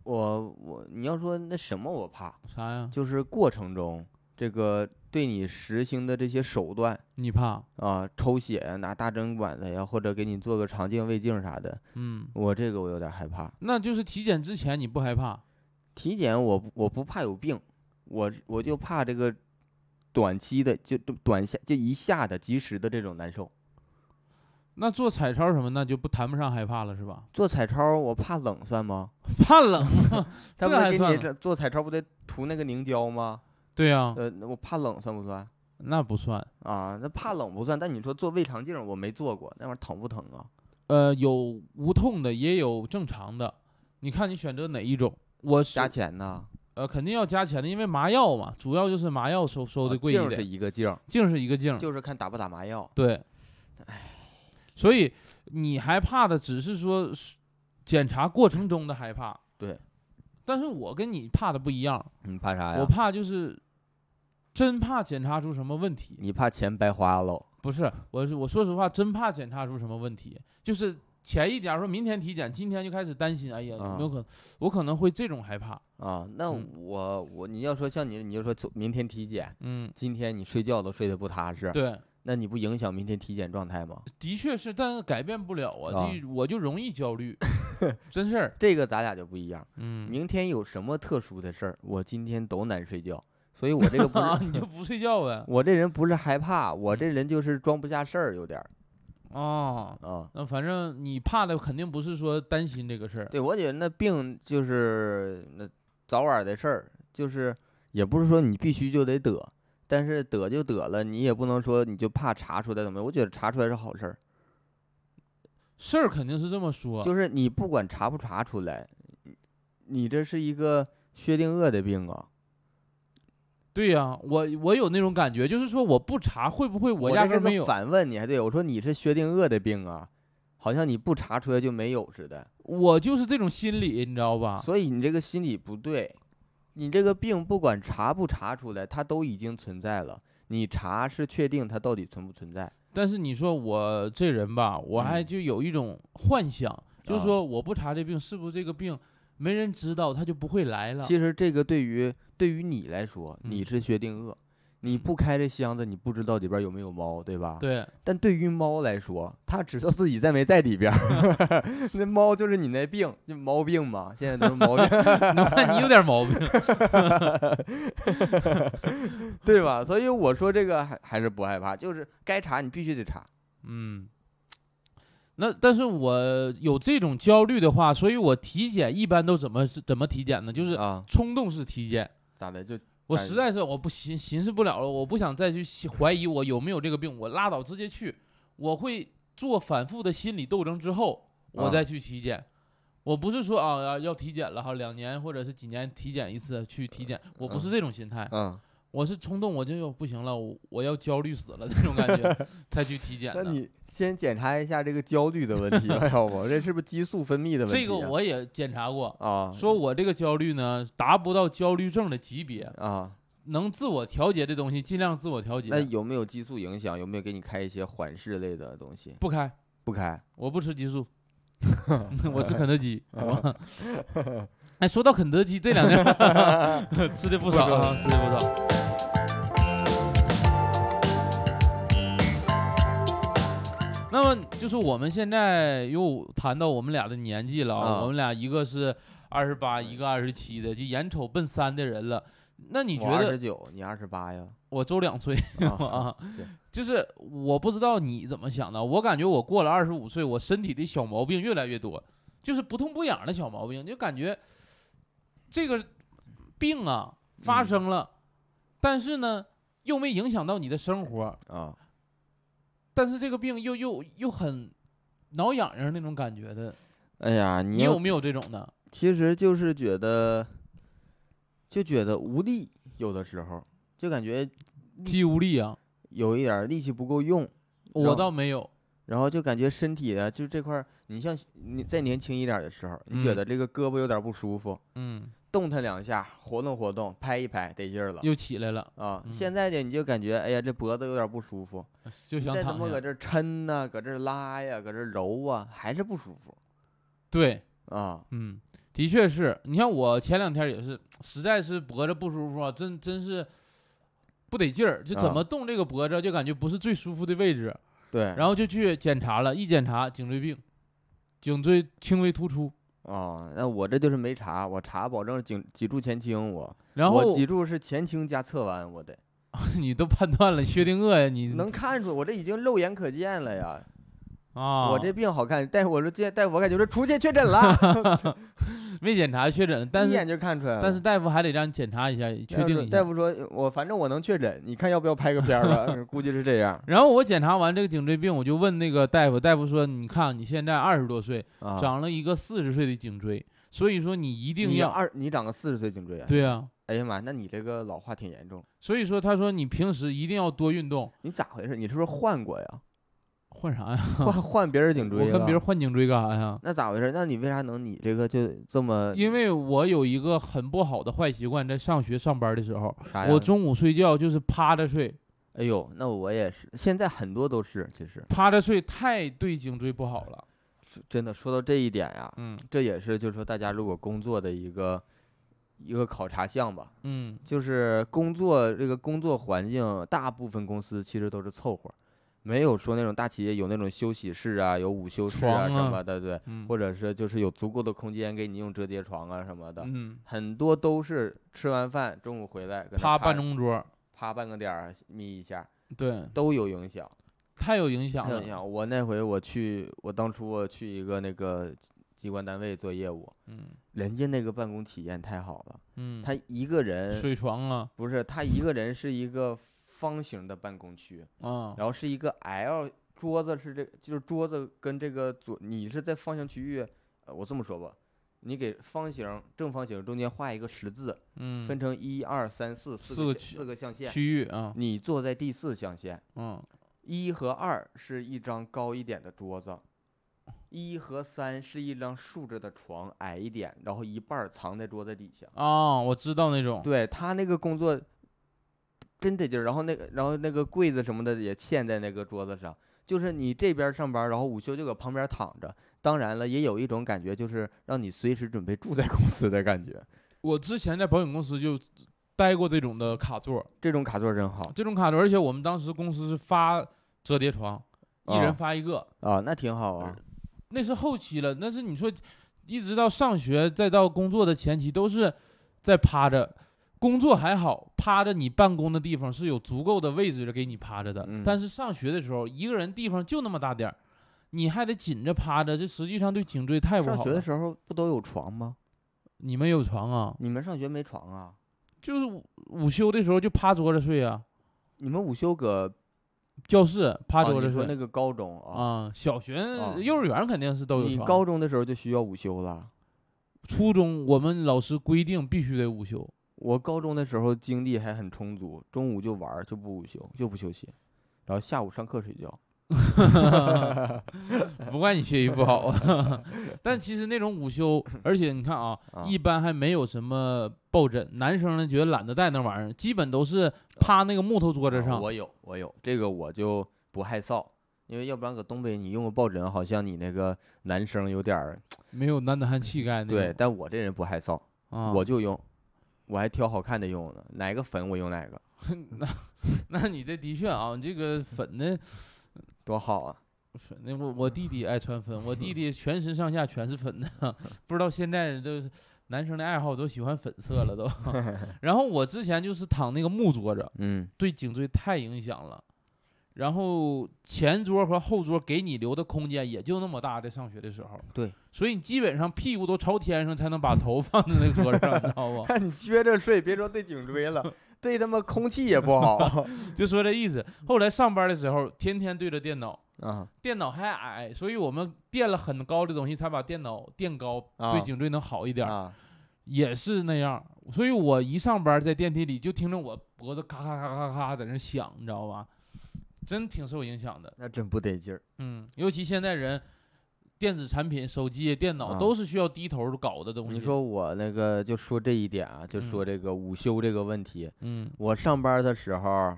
Speaker 1: 我我你要说那什么我怕，
Speaker 2: 啥呀？
Speaker 1: 就是过程中这个对你实行的这些手段
Speaker 2: 你怕？
Speaker 1: 啊，抽血呀、拿大针管子呀，或者给你做个肠镜、胃镜啥的，
Speaker 2: 嗯，
Speaker 1: 我这个我有点害怕。
Speaker 2: 那就是体检之前你不害怕，
Speaker 1: 体检我不我不怕有病，我我就怕这个短期的就就短下就一下的及时的这种难受。
Speaker 2: 那做彩超什么那就不谈不上害怕了是吧？
Speaker 1: 做彩超我怕冷算吗？
Speaker 2: 怕冷啊，
Speaker 1: 他
Speaker 2: 这
Speaker 1: 们
Speaker 2: 还
Speaker 1: 给
Speaker 2: 算啊
Speaker 1: 你
Speaker 2: 了
Speaker 1: 这做彩超不得涂那个凝胶吗？
Speaker 2: 对呀、
Speaker 1: 呃，那我怕冷算不算？
Speaker 2: 那不算。
Speaker 1: 啊，那怕冷不算，但你说做胃肠镜儿我没做过，那玩意儿疼不疼啊？
Speaker 2: 呃，有无痛的，也有正常的，你看你选择哪一种？我是
Speaker 1: 加钱呐，
Speaker 2: 呃肯定要加钱的，因为麻药嘛，主要就是麻药收收
Speaker 1: 啊
Speaker 2: 的贵
Speaker 1: 镜
Speaker 2: 一
Speaker 1: 儿是
Speaker 2: 点，嗯
Speaker 1: 一个镜儿，
Speaker 2: 净是一个净，
Speaker 1: 就是看打不打麻药。
Speaker 2: 对。所以你害怕的只是说是检查过程中的害怕，
Speaker 1: 对。哎
Speaker 2: 但是我跟你怕的不一样，
Speaker 1: 你怕啥
Speaker 2: 我怕就是真怕检查出什么问题，
Speaker 1: 你怕钱白花喽？
Speaker 2: 不是，我是我说实话，真怕检查出什么问题，就是前一，假如说明天体检，今天就开始担心，哎呀，有没有可能，我可能会这种害怕，
Speaker 1: 啊，那
Speaker 2: 嗯
Speaker 1: 我我你要说像你，你就说做明天体检，
Speaker 2: 嗯，
Speaker 1: 今天你睡觉都睡得不踏实，
Speaker 2: 对，
Speaker 1: 那你不影响明天体检状态吗？
Speaker 2: 的确是，但是改变不了啊，
Speaker 1: 啊
Speaker 2: 这我就容易 焦虑，真事儿，
Speaker 1: 这个咱俩就不一样，
Speaker 2: 嗯，
Speaker 1: 明天有什么特殊的事儿，我今天都难睡觉， 所以我这个不
Speaker 2: 啊，
Speaker 1: 是
Speaker 2: 你就嗯不睡觉呗，
Speaker 1: 我这人不是害怕，我这人就是装不下事儿，有点儿
Speaker 2: 啊，
Speaker 1: 啊。
Speaker 2: 那反正你怕的肯定不是说担心这个事儿，
Speaker 1: 对，我觉得那病就是那早晚儿的事儿，就是也不是说你必须就得得，但是得就得了，你也不能说你就怕查出来怎么样。我觉得查出来是好事儿，
Speaker 2: 事儿肯定是这么说，
Speaker 1: 就是你不管查不查出来，你这是一个薛定谔的病啊。
Speaker 2: 对呀、我我有那种感觉，就是说我不查会不会我
Speaker 1: 这
Speaker 2: 压根
Speaker 1: 是
Speaker 2: 儿
Speaker 1: 个
Speaker 2: 没有，
Speaker 1: 反问你，还对我说你是薛定谔的病啊，好像你不查出来就没有似的，
Speaker 2: 我就是这种心理，你知道吧？
Speaker 1: 所以你这个心理不对，你这个病不管查不查出来，它都已经存在了。你查是确定它到底存不存在，
Speaker 2: 但是你说我这人吧，我还
Speaker 1: 嗯
Speaker 2: 就有一种幻想，就是
Speaker 1: 啊
Speaker 2: 说我不查这病，是不是这个病没人知道，他就不会 来了？
Speaker 1: 其实这个对于对于你来说，你
Speaker 2: 嗯
Speaker 1: 是薛定谔，你
Speaker 2: 嗯
Speaker 1: 不开这箱子，你不知道里边儿有没有猫，对吧？。
Speaker 2: 对，
Speaker 1: 但对于猫来说，它知道自己在没在里边儿。 那猫就是你那病，就毛病嘛，现在都是毛病，
Speaker 2: 那你有点毛病。
Speaker 1: 对吧？所以我说这个还还是不害怕，就是该查你必须得查。
Speaker 2: 嗯，那但是我有这种焦虑的话，所以我体检一般都怎么是怎么体检呢？就是
Speaker 1: 啊，
Speaker 2: 冲动式体检。
Speaker 1: 咋的就
Speaker 2: 我
Speaker 1: 但
Speaker 2: 实在是我不寻寻思不了了，我不想再去细怀疑我有没有这个病，我拉倒，直接去。我会做反复的心理斗争之后，我
Speaker 1: 啊
Speaker 2: 再去体检。我不是说啊要要体检了哈，两年或者是几年体检一次去体检，我不是
Speaker 1: 嗯
Speaker 2: 这种心态，
Speaker 1: 嗯？
Speaker 2: 我是冲动，我就要不行了，我我要焦虑死了这种感 觉才去体检
Speaker 1: 那
Speaker 2: 的。
Speaker 1: 你先检查一下这个焦虑的问题吧，要不这是不是激素分泌的问题、啊？
Speaker 2: 这个我也检查过，
Speaker 1: 啊
Speaker 2: 说我这个焦虑呢达不到焦虑症的级别，
Speaker 1: 啊，
Speaker 2: 能自我调节的东西尽量自我调节。
Speaker 1: 那有没有激素影响？有没有给你开一些缓释类的东西？
Speaker 2: 不开，
Speaker 1: 不开。
Speaker 2: 我不吃 激素，我吃肯德基。好吧 哎，说到肯德基，这两天 吃的不少啊，吃的不少。那么就是我们现在又谈到我们俩的年纪了，啊，
Speaker 1: 啊
Speaker 2: 我们俩一个是二十八，一个二十七的，就眼瞅奔三的人了。那你觉
Speaker 1: 二
Speaker 2: 得
Speaker 1: 十九，你二十八 呀？
Speaker 2: 我周两岁
Speaker 1: 啊，
Speaker 2: 啊
Speaker 1: 对？
Speaker 2: 就是我不知道你怎么想的，我感觉我过了二十五岁，我身体的小毛病越来越多，就是不痛不痒的小毛病，就感觉这个病啊发
Speaker 1: 嗯
Speaker 2: 生了，但是呢又没影响到你的生活，
Speaker 1: 啊，
Speaker 2: 但是这个病又又又很挠痒痒那种感觉的，
Speaker 1: 哎呀，
Speaker 2: 你
Speaker 1: 你
Speaker 2: 有没有这种的？
Speaker 1: 其实就是觉得，就觉得无力，有的时候就感觉
Speaker 2: 肌无力啊，
Speaker 1: 有一点儿力气不够用，
Speaker 2: 我
Speaker 1: 让
Speaker 2: 倒没有，
Speaker 1: 然后就感觉身体啊，就这块儿，你像你再年轻一点儿的时候，你觉
Speaker 2: 嗯
Speaker 1: 得这个胳膊有点儿不舒服，
Speaker 2: 嗯，
Speaker 1: 动弹两下，活动活动，拍一拍，得劲儿了。
Speaker 2: 又起来了，
Speaker 1: 啊，
Speaker 2: 嗯
Speaker 1: 现在的你就感觉，哎呀，这脖子有点儿不舒服，
Speaker 2: 就
Speaker 1: 你
Speaker 2: 想
Speaker 1: 再他
Speaker 2: 躺
Speaker 1: 妈搁
Speaker 2: 下。
Speaker 1: 这儿抻呐、搁这儿拉呀，搁这儿揉啊，还是不舒服
Speaker 2: 对，
Speaker 1: 啊。
Speaker 2: 嗯，的确是你像我前两天也是，实在是脖子不舒服啊，真真是不得劲儿，就怎
Speaker 1: 啊哎
Speaker 2: 么动这个脖子就感觉不是最舒服的位置，
Speaker 1: 对，
Speaker 2: 然后就去检查了，一检查颈椎病，颈椎轻微突出，
Speaker 1: 啊，那我这就是没查，我查保证颈脊柱前倾我，
Speaker 2: 然
Speaker 1: 我
Speaker 2: 后
Speaker 1: 脊柱是前倾加侧弯，我得
Speaker 2: 你都判断了薛定谔呀，你
Speaker 1: 能看出，我这已经肉眼可见了呀。
Speaker 2: 啊，
Speaker 1: 我这病好看，但是我说见，但我感觉这出去确诊了，
Speaker 2: 没检查确诊， 但
Speaker 1: 一
Speaker 2: 是
Speaker 1: 眼就看出来了。
Speaker 2: 但是大夫还得让你检查一下，确
Speaker 1: 要
Speaker 2: 定
Speaker 1: 是
Speaker 2: 一
Speaker 1: 大
Speaker 2: 下。
Speaker 1: 夫说，我反正我能确诊，你看要不要拍个片儿吧？ 估计是这样
Speaker 2: 然后我检查完这个颈椎病，我就问那个大夫，大夫说：“你看你现在二十多岁，
Speaker 1: 啊。
Speaker 2: 长了一个四十岁的颈椎，所以说你一定
Speaker 1: 你
Speaker 2: 要
Speaker 1: 二，你长个四十岁颈椎啊？
Speaker 2: 对呀，
Speaker 1: 哎呀妈，那你这个老化挺严重，
Speaker 2: 所以说他说你平时一定要多运动。
Speaker 1: 你咋回事？你是不是换过呀？
Speaker 2: 换啥呀？
Speaker 1: 换换别人颈
Speaker 2: 我
Speaker 1: 椎
Speaker 2: 跟别人
Speaker 1: 了？
Speaker 2: 换颈椎干啥呀？
Speaker 1: 那咋回事？那你为啥能你这个就这么
Speaker 2: 因为我有一个很不好的坏习惯，在上学上班的时候，
Speaker 1: 啥呀？
Speaker 2: 我中午睡觉就是趴着睡，
Speaker 1: 哎呦，那我也是，现在很多都是，其实
Speaker 2: 趴着睡太对颈椎不
Speaker 1: 哎
Speaker 2: 好了。
Speaker 1: 是真的说到这一点呀，
Speaker 2: 嗯
Speaker 1: 这也是就是说大家如果工作的一个一个考察项吧，
Speaker 2: 嗯，
Speaker 1: 就是工作这个工作环境，大部分公司其实都是凑合，没有说那种大企业有那种休息室啊，有午休室
Speaker 2: 床
Speaker 1: 什
Speaker 2: 啊
Speaker 1: 么的，对，
Speaker 2: 嗯
Speaker 1: 或者是就是有足够的空间给你用折叠床啊什么的，
Speaker 2: 嗯，
Speaker 1: 很多都是吃完饭中午回来搁那
Speaker 2: 趴
Speaker 1: 趴
Speaker 2: 办
Speaker 1: 着
Speaker 2: 公桌，
Speaker 1: 趴半个点儿眯一下，
Speaker 2: 对，
Speaker 1: 都有影响。
Speaker 2: 太有影响
Speaker 1: 太有
Speaker 2: 了
Speaker 1: 影。响。我那回我去，我当初我去一个那个机关单位做业务，
Speaker 2: 嗯
Speaker 1: 人家那个办公体验太好了，
Speaker 2: 嗯，
Speaker 1: 他一个人
Speaker 2: 水床啊
Speaker 1: 不是他一个人是一个方形的办公区，
Speaker 2: 啊，
Speaker 1: 然后是一个 L 桌子是这就是桌子跟这个左你是在方形区域，呃我这么说吧，你给方形、正方形中间画一个十字，
Speaker 2: 嗯，
Speaker 1: 分成一二三四四个
Speaker 2: 四个
Speaker 1: 线
Speaker 2: 区
Speaker 1: 四个象限，
Speaker 2: 区域啊，
Speaker 1: 你坐在第四象限。
Speaker 2: 嗯，
Speaker 1: 一和二是一张高一点的桌
Speaker 2: 哦
Speaker 1: 子，一和三是一张竖着的床，矮一点，然后一半儿藏在桌子底下。
Speaker 2: 哦，我知道那种，
Speaker 1: 对他那个工作真得劲儿，然后那个然后那个柜子什么的也嵌在那个桌子上，就是你这边儿上班儿，然后午休就搁旁边儿躺着。当然了，也有一种感觉，就是让你随时准备住在公司的感觉。
Speaker 2: 我之前在保险公司就待过这种的卡座，
Speaker 1: 这种卡座真好
Speaker 2: 这种卡座，而且我们当时公司是发折叠床，一人
Speaker 1: 啊
Speaker 2: 发一个，
Speaker 1: 啊，那挺好啊。
Speaker 2: 那是后期了，那是你说一直到上学再到工作的前期都是在趴着。工作还好，趴着你办公的地方是有足够的位置给你趴着的。
Speaker 1: 嗯
Speaker 2: 但是上学的时候，一个人地方就那么大点儿，你还得紧着趴着，这实际上对颈椎太不
Speaker 1: 上
Speaker 2: 好
Speaker 1: 学的
Speaker 2: 了。
Speaker 1: 时候不都有床吗？
Speaker 2: 你们有床啊？
Speaker 1: 你们上学没床啊？
Speaker 2: 就是午午休的时候就趴桌子睡啊，
Speaker 1: 你们午休搁
Speaker 2: 教室趴
Speaker 1: 啊
Speaker 2: 桌
Speaker 1: 你
Speaker 2: 子
Speaker 1: 说
Speaker 2: 睡
Speaker 1: 那个高中啊，
Speaker 2: 啊、小学、
Speaker 1: 啊
Speaker 2: 幼儿园肯定是都有
Speaker 1: 你
Speaker 2: 床。
Speaker 1: 高中的时候就需要午休了。
Speaker 2: 初中我们老师规定必须得午 休，
Speaker 1: 我高中的时候精力还很充足，中午就玩儿就不午休就不休息，然后下午上课睡觉。
Speaker 2: 不怪你学习 不好啊。但其实那种午休，而且你看啊，
Speaker 1: 啊
Speaker 2: 一般还没有什么抱枕。男生呢觉得懒得带那玩意儿，基本都是趴那个木头桌子
Speaker 1: 啊
Speaker 2: 上。
Speaker 1: 我有我有这个我就不害臊，因为要不然搁东北你用个抱枕，好像你那个男生有点儿
Speaker 2: 没有男子汉气概那种。
Speaker 1: 对，但我这人不害臊，
Speaker 2: 啊，
Speaker 1: 我就用，我还挑好看的用呢，哪个粉我用哪个，
Speaker 2: 那 那你这的确啊，你这个粉的
Speaker 1: 多好啊！
Speaker 2: 粉的，我我弟弟爱穿粉，我弟弟全身上下全是粉的， 不知道现在就是男生的爱好都喜欢粉色了都。然后我之前就是躺那个木桌子，
Speaker 1: 嗯
Speaker 2: 对颈椎太影响了。然后前桌和后桌给你留的空间也就那么大，在上学的时候，
Speaker 1: 对，
Speaker 2: 所以你基本上屁股都朝天上才能把头放在那个桌子上，你知道不？
Speaker 1: 看你撅着睡，别说对颈椎了，对他妈空气也不 好
Speaker 2: 就说这意思。后来上班的时候，天天对着电脑，
Speaker 1: 啊。
Speaker 2: 电脑还矮，所以我们垫了很高的东西，才把电脑垫高，
Speaker 1: 啊
Speaker 2: 对颈椎能好一点儿。
Speaker 1: 啊，
Speaker 2: 也是那样，所以我一上班在电梯里就听着我脖子咔咔咔咔咔在那响，你知道吧？真挺受影响的。
Speaker 1: 那真不得劲儿。
Speaker 2: 嗯，尤其现在人，电子产品、手机、电脑
Speaker 1: 啊
Speaker 2: 都是需要低头搞的东西。
Speaker 1: 你，说我那个就说这一点啊，就
Speaker 2: 嗯
Speaker 1: 说这个午休这个问题。
Speaker 2: 嗯
Speaker 1: 我上班的时候，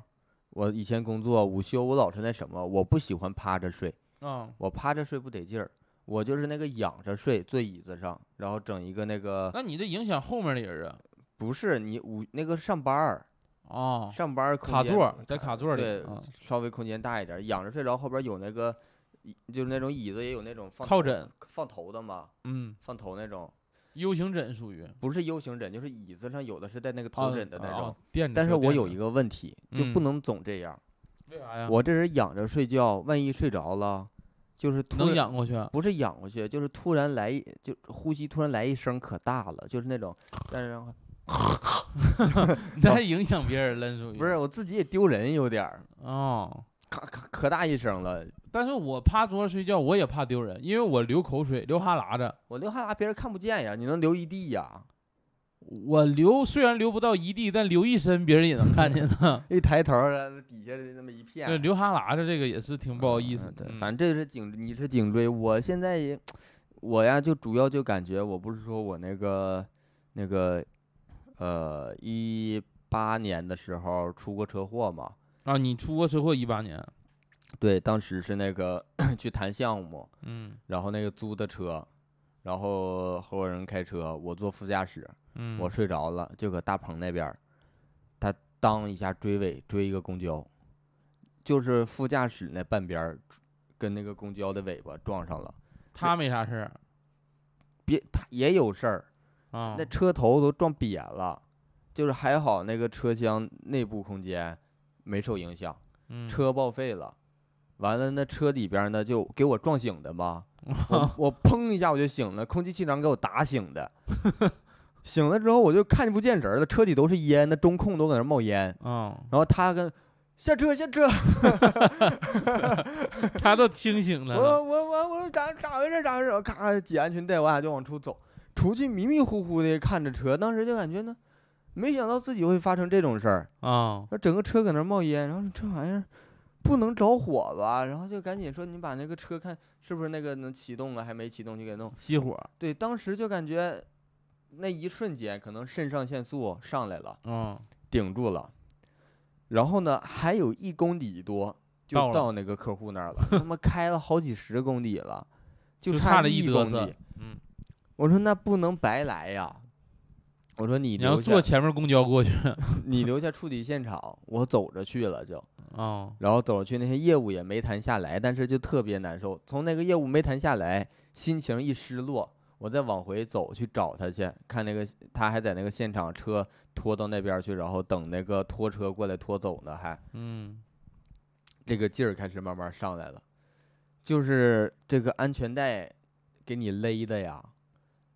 Speaker 1: 我以前工作午休，我老是那什么，我不喜欢趴着睡，
Speaker 2: 啊，
Speaker 1: 我趴着睡不得劲儿，我就是那个仰着睡，坐椅子上，然后整一个那个
Speaker 2: 那你这影响后面的人啊，
Speaker 1: 不是你午那个上班儿，
Speaker 2: 啊，
Speaker 1: 上班儿空
Speaker 2: 卡
Speaker 1: 间
Speaker 2: 座儿在卡座儿里
Speaker 1: 对
Speaker 2: 啊，，
Speaker 1: 稍微空间大一点儿，仰着睡，然后后边有那个椅就是那种椅子也有那种放
Speaker 2: 靠
Speaker 1: 头
Speaker 2: 枕，
Speaker 1: 放头的嘛，
Speaker 2: 嗯
Speaker 1: 放头那种，
Speaker 2: ，U 型枕属于
Speaker 1: 不是 U 型枕，就是椅子上有的是带那个
Speaker 2: 啊
Speaker 1: 头枕的那种
Speaker 2: 啊。垫着。
Speaker 1: 但是我有一
Speaker 2: 个，
Speaker 1: 个问题，就不
Speaker 2: 嗯啊
Speaker 1: 能总这样。
Speaker 2: 为啥呀？
Speaker 1: 我这人仰着睡觉，万一睡着了，就是突
Speaker 2: 能
Speaker 1: 然
Speaker 2: 仰过去啊，
Speaker 1: 不是仰过去，就是突然来一就呼吸突然来一声可大了，就是 那种，但是然
Speaker 2: 哎
Speaker 1: 后
Speaker 2: 那还影响别人了，属于
Speaker 1: 不是我自己也丢人有点儿，
Speaker 2: 哦。
Speaker 1: 咔咔可大一声了。
Speaker 2: 但是我趴桌上睡觉，我也怕丢人，因为我流口水、流哈喇子。
Speaker 1: 我流哈喇，别人看不见呀，你能流一地呀。
Speaker 2: 我流虽然流不到一地，但流一身别人也能看见的。
Speaker 1: 一抬头儿，然后底下那么一片。
Speaker 2: 啊对，流哈喇子这个也是挺不好意思
Speaker 1: 嗯
Speaker 2: 的。
Speaker 1: 对
Speaker 2: 嗯
Speaker 1: 反正这是颈，你是颈椎，我现在也，我呀就主要就感觉，我不是说我那个那个，呃，一八年的时候出过车祸嘛，
Speaker 2: 啊，你出过车祸一八年，
Speaker 1: 对，当时是那个 去谈项目，
Speaker 2: 嗯
Speaker 1: 然后那个租的车，然后合伙人开车，我坐副驾驶，
Speaker 2: 嗯，
Speaker 1: 我睡着了，就搁大棚那边儿，他当一下追尾追一个公交，就是副驾驶那半边儿跟那个公交的尾巴撞上了，
Speaker 2: 他没啥事儿
Speaker 1: 别他也有事儿，
Speaker 2: 啊。
Speaker 1: 那车头都撞瘪了，就是还好那个车厢内部空间没受影响，
Speaker 2: 嗯
Speaker 1: 车报废了。完了，那车里边儿呢，就给我撞醒的嘛，我我砰一下我就醒了，空气气囊给我打醒的， 醒了之后我就看不见人儿了，车里都是烟，那中控都搁那儿冒烟，
Speaker 2: 啊，
Speaker 1: 然后他跟下车下车，
Speaker 2: 他都清醒了
Speaker 1: 我
Speaker 2: 呢。
Speaker 1: 我我我咋咋回事咋回事，我咔系安全带，我俩就往出走，出出去迷迷糊糊的看着车，当时就感觉呢，没想到自己会发生这种事儿。
Speaker 2: 啊，
Speaker 1: 那整个车搁那儿冒烟，然后这玩意儿不能着火吧？然后就赶紧说你把那个车看是不是那个能启动了，还没启动就给弄。
Speaker 2: 熄火啊
Speaker 1: 对，当时就感觉那一瞬间可能肾上腺素上来了，，
Speaker 2: 嗯
Speaker 1: 顶住了。然后呢，还有一公里多就
Speaker 2: 到了
Speaker 1: 到那个客户那儿了，他妈开了好几十公里了，
Speaker 2: 就差
Speaker 1: 差
Speaker 2: 了一
Speaker 1: 一
Speaker 2: 嘚
Speaker 1: 公
Speaker 2: 瑟
Speaker 1: 里。
Speaker 2: 嗯，
Speaker 1: 我说那不能白来呀。我说你
Speaker 2: 你要
Speaker 1: 留
Speaker 2: 坐
Speaker 1: 下，
Speaker 2: 前面公交过去
Speaker 1: 你留下处理现场，我走着去了就。
Speaker 2: 啊，
Speaker 1: 然后走去那些业务也没谈下来，但是就特别难受。从那个业务没谈下来，心情一失落，我再往回走去找他去，看那个他还在那个现场车拖到那边儿去，然后等那个拖车过来拖走呢，还
Speaker 2: 嗯，
Speaker 1: 这个劲儿开始慢慢上来了，就是这个安全带给你勒的呀，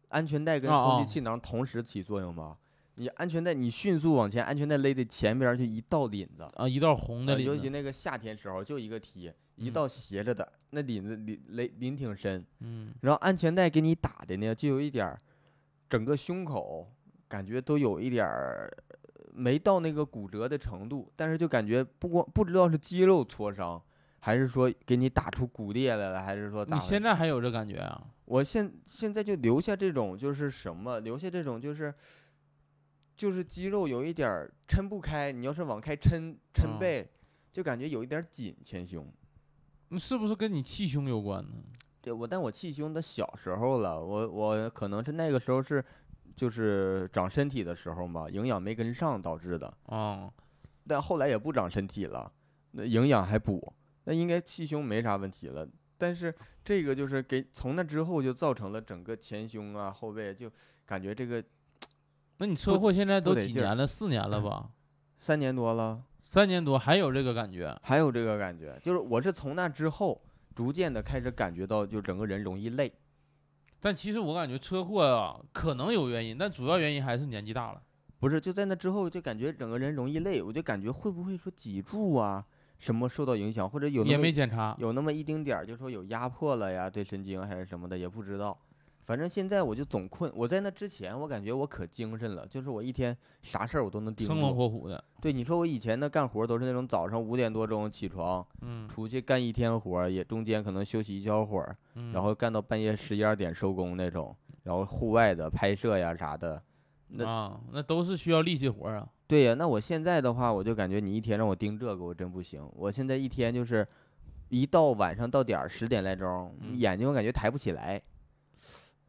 Speaker 1: 安全带跟
Speaker 2: 哦
Speaker 1: 空
Speaker 2: 哦
Speaker 1: 气气囊同时起作用吗？你安全带你迅速往前，安全带勒的前边儿就一道领子。
Speaker 2: 啊，一道红的
Speaker 1: 呃
Speaker 2: 里
Speaker 1: 尤其
Speaker 2: 面，
Speaker 1: 那个夏天时候，就一个梯，一
Speaker 2: 嗯
Speaker 1: 道斜着的，那领子领领领挺深，
Speaker 2: 嗯，
Speaker 1: 然后安全带给你打的呢，就有一点儿，整个胸口感觉都有一点儿没到那个骨折的程度，但是就感觉不光不知道是肌肉挫伤，还是说给你打出骨裂来了，还是说打
Speaker 2: 你
Speaker 1: 回
Speaker 2: 现在还有这感觉啊？
Speaker 1: 我现现在就留下这种就是什么，留下这种就是，就是肌肉有一点儿抻不开，你要是往开抻抻
Speaker 2: 嗯
Speaker 1: 背，就感觉有一点儿紧前胸。
Speaker 2: 那是不是跟你气胸有关呢？
Speaker 1: 对我，但我气胸的小时候了，我我可能是那个时候是就是长身体的时候嘛，营养没跟上导致的，
Speaker 2: 啊，
Speaker 1: 但后来也不长身体了，那营养还补，那应该气胸没啥问题了。但是这个就是给从那之后就造成了整个前胸啊后背就感觉这个
Speaker 2: 那你车
Speaker 1: 不
Speaker 2: 祸现在都
Speaker 1: 得
Speaker 2: 几
Speaker 1: 劲儿
Speaker 2: 年了？四年了吧？
Speaker 1: 三年多了，
Speaker 2: 三年多还有这个感觉？
Speaker 1: 还有这个感觉，就是我是从那之后逐渐的开始感觉到，就整个人容易累。
Speaker 2: 但其实我感觉车祸啊，可能有原因，但主要原因还是年纪大了。
Speaker 1: 不是，就在那之后就感觉整个人容易累，我就感觉会不会说脊柱啊什么受到影响，或者有
Speaker 2: 也
Speaker 1: 那么
Speaker 2: 没检查，
Speaker 1: 有那么一丁点儿，就说有压迫了呀，对神经还是什么的也不知道。反正现在我就总困，我在那之前我感觉我可精神了，就是我一天啥事儿我都能盯
Speaker 2: 生龙
Speaker 1: 住。
Speaker 2: 活虎的。
Speaker 1: 对，你说我以前的干活都是那种早上五点多钟起床，
Speaker 2: 嗯，
Speaker 1: 出去干一天活儿，也中间可能休息一小会儿，然
Speaker 2: 然
Speaker 1: 后干到半夜十一二点收工那种，然后户外的拍摄呀啥的。那
Speaker 2: 啊，那都是需要力气活儿啊。
Speaker 1: 对呀，那我现在的话，我就感觉你一天让我盯这个，我真不行。我现在一天就是，一到晚上到点儿十点来钟，
Speaker 2: 嗯
Speaker 1: 眼睛我感觉抬不起来。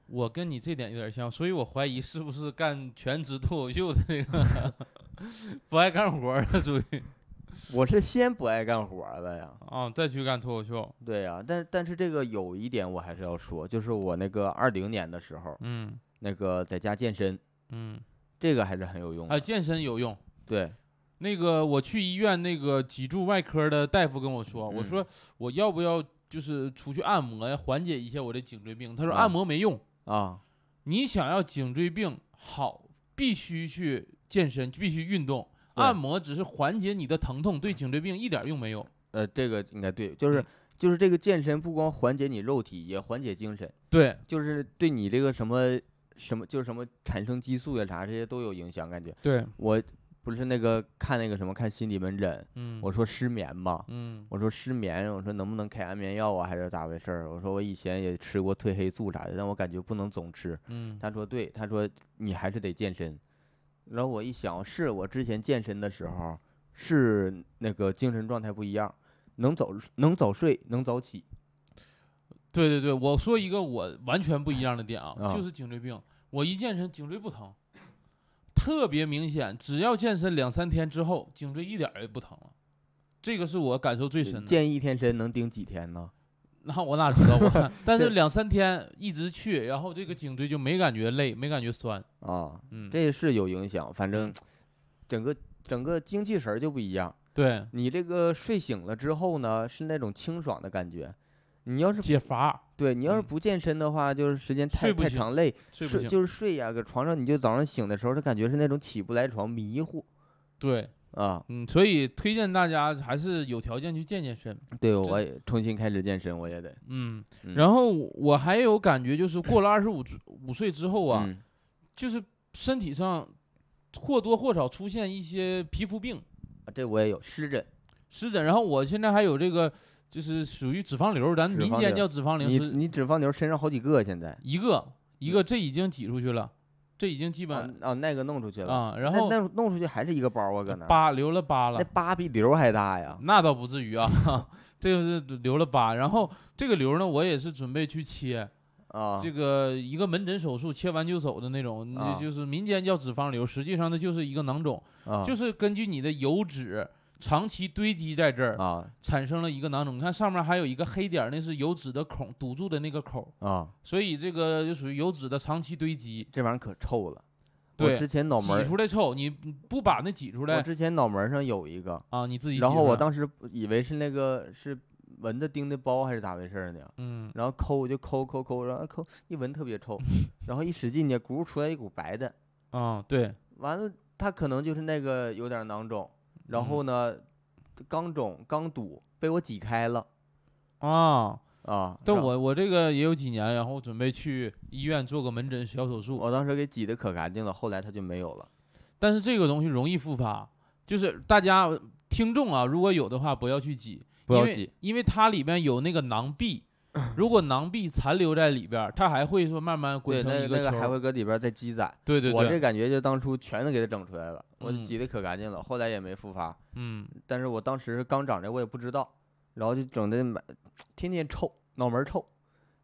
Speaker 2: 我跟你这点有点像，所以我怀疑是不是干全职脱口秀的那个 不爱干活儿的属于
Speaker 1: 我是先不爱干活儿了呀，
Speaker 2: 啊，再去干脱口秀。
Speaker 1: 对呀，但但是这个有一点我还是要说，就是我那个二零年的时候，
Speaker 2: 嗯
Speaker 1: 那个在家健身，
Speaker 2: 嗯，
Speaker 1: 这个还是很有用
Speaker 2: 啊，
Speaker 1: 的。
Speaker 2: 健身有用。
Speaker 1: 对，
Speaker 2: 那个我去医院，那个脊柱外科的大夫跟我说，我
Speaker 1: 嗯
Speaker 2: 说我要不要就是出去按摩呀，缓解一下我的颈椎病？他说
Speaker 1: 啊
Speaker 2: 按摩没用，
Speaker 1: 啊，
Speaker 2: 你想要颈椎病好，必须去健身，必须运动。
Speaker 1: 对
Speaker 2: 按摩只是缓解你的疼痛，对颈椎病一点用没有。
Speaker 1: 呃，这个应该对，就是
Speaker 2: 嗯
Speaker 1: 就是这个健身不光缓解你肉体，也缓解精神，
Speaker 2: 对，
Speaker 1: 就是对你这个什么什么就是什么产生激素呀啥这些都有影响。感觉
Speaker 2: 对，
Speaker 1: 我不是那个看那个什么看心理门诊，
Speaker 2: 嗯，
Speaker 1: 我说失眠嘛，
Speaker 2: 嗯
Speaker 1: 我说失眠，我说能不能开安眠药啊，还是咋回事儿？我说我以前也吃过褪黑素啥的，但我感觉不能总吃。
Speaker 2: 嗯
Speaker 1: 他说对，他说你还是得健身。然后我一想，是我之前健身的时候是那个精神状态不一样，能早能早睡，能早起。
Speaker 2: 对对对，我说一个我完全不一样的点啊，
Speaker 1: 啊
Speaker 2: 就是颈椎病。我一健身，颈椎不疼，特别明显。只要健身两三天之后，颈椎一点儿也不疼了。这个是我感受最深的。
Speaker 1: 健一天身能顶几天呢？
Speaker 2: 那我哪知道啊？ 但是
Speaker 1: 对
Speaker 2: 两三天一直去，然后这个颈椎就没感觉累，没感觉酸。
Speaker 1: 啊，
Speaker 2: 嗯，
Speaker 1: 这是有影响，反正整个整个精气神儿就不一样。
Speaker 2: 对，
Speaker 1: 你这个睡醒了之后呢，是那种清爽的感觉。你要是
Speaker 2: 解乏，
Speaker 1: 对你要是
Speaker 2: 嗯
Speaker 1: 不健身的话，就是时间太
Speaker 2: 睡不
Speaker 1: 太
Speaker 2: 醒
Speaker 1: 长累，
Speaker 2: 睡不
Speaker 1: 睡
Speaker 2: 醒。
Speaker 1: 就是睡呀、搁床上你就早上醒的时候，这感觉是那种起不来床，迷糊。
Speaker 2: 对，
Speaker 1: 啊，
Speaker 2: 嗯，所以推荐大家还是有条件去健健身。
Speaker 1: 对，
Speaker 2: 真
Speaker 1: 我也重新开始健身，我也得。
Speaker 2: 嗯，
Speaker 1: 嗯
Speaker 2: 然后我还有感觉就是过了二十五五岁之后啊，
Speaker 1: 嗯
Speaker 2: 就是身体上或多或少出现一些皮肤病、
Speaker 1: 啊这我也有湿疹，
Speaker 2: 湿疹，然后我现在还有这个就是属于脂肪瘤，咱
Speaker 1: 脂
Speaker 2: 民
Speaker 1: 肪
Speaker 2: 间
Speaker 1: 瘤
Speaker 2: 叫脂肪瘤，
Speaker 1: 你嗯
Speaker 2: 是
Speaker 1: 你脂肪瘤身上好几个现在。
Speaker 2: 一个一个，这已经挤出去了，这已经基
Speaker 1: 啊
Speaker 2: 本
Speaker 1: 啊那个弄出去了，
Speaker 2: 啊，然
Speaker 1: 那
Speaker 2: 后
Speaker 1: 那弄出去还是一个包啊，搁那儿
Speaker 2: 疤留了疤了
Speaker 1: 那，疤比瘤还大呀。
Speaker 2: 那倒不至于啊， 这个是留了疤，然后这个瘤呢，我也是准备去切，
Speaker 1: 啊，
Speaker 2: 这个一个门诊手术，切完就走的那种，那
Speaker 1: 啊
Speaker 2: 就是民间叫脂肪瘤，实际上它就是一个囊肿，
Speaker 1: 啊
Speaker 2: 就是根据你的油脂长期堆积在这儿，
Speaker 1: 啊
Speaker 2: 产生了一个囊肿。你看上面还有一个黑点儿，那是油脂的孔堵住的那个口，
Speaker 1: 啊，
Speaker 2: 所以这个就属于油脂的长期堆积，
Speaker 1: 这玩意儿可臭了。我
Speaker 2: 对
Speaker 1: 之前脑门
Speaker 2: 挤
Speaker 1: 儿，
Speaker 2: 出来臭，你不把那挤出
Speaker 1: 我
Speaker 2: 来
Speaker 1: 之前脑门儿上有一个，
Speaker 2: 啊，你自己挤出来。
Speaker 1: 然后我当时以为是那个是蚊子叮的包还是咋回事儿呢？
Speaker 2: 嗯
Speaker 1: 然后抠就抠抠抠，然后哎抠一闻特别 臭，然后一使劲呢，咕噜出来一股白的，
Speaker 2: 啊对，
Speaker 1: 完了它可能就是那个有点儿囊肿，然
Speaker 2: 嗯
Speaker 1: 后呢刚肿刚堵被我挤开了
Speaker 2: 啊。
Speaker 1: 啊。
Speaker 2: 但
Speaker 1: 然
Speaker 2: 我我这个也有几年，然后准备去医院做个门诊小手术，
Speaker 1: 我当时给挤得可干净了，后来它就没有了。
Speaker 2: 但是这个东西容易复发，就是大家听众啊，如果有的话不要去挤，
Speaker 1: 不
Speaker 2: 因
Speaker 1: 要
Speaker 2: 为
Speaker 1: 挤，
Speaker 2: 因为它里边有那个 囊壁，如果囊壁残留在里边儿，它还会说慢慢
Speaker 1: 对，
Speaker 2: 滚成
Speaker 1: 那
Speaker 2: 一
Speaker 1: 那
Speaker 2: 球
Speaker 1: 个还
Speaker 2: 儿。
Speaker 1: 会搁里边儿再积攒。
Speaker 2: 对对
Speaker 1: 我这
Speaker 2: 对，
Speaker 1: 感觉就当初全都给它整出来了，我
Speaker 2: 嗯
Speaker 1: 挤得可干净了，后来也没复发。
Speaker 2: 嗯，
Speaker 1: 但是我当时是刚长这，我也不知道，然后就整的满天天臭，脑门儿臭。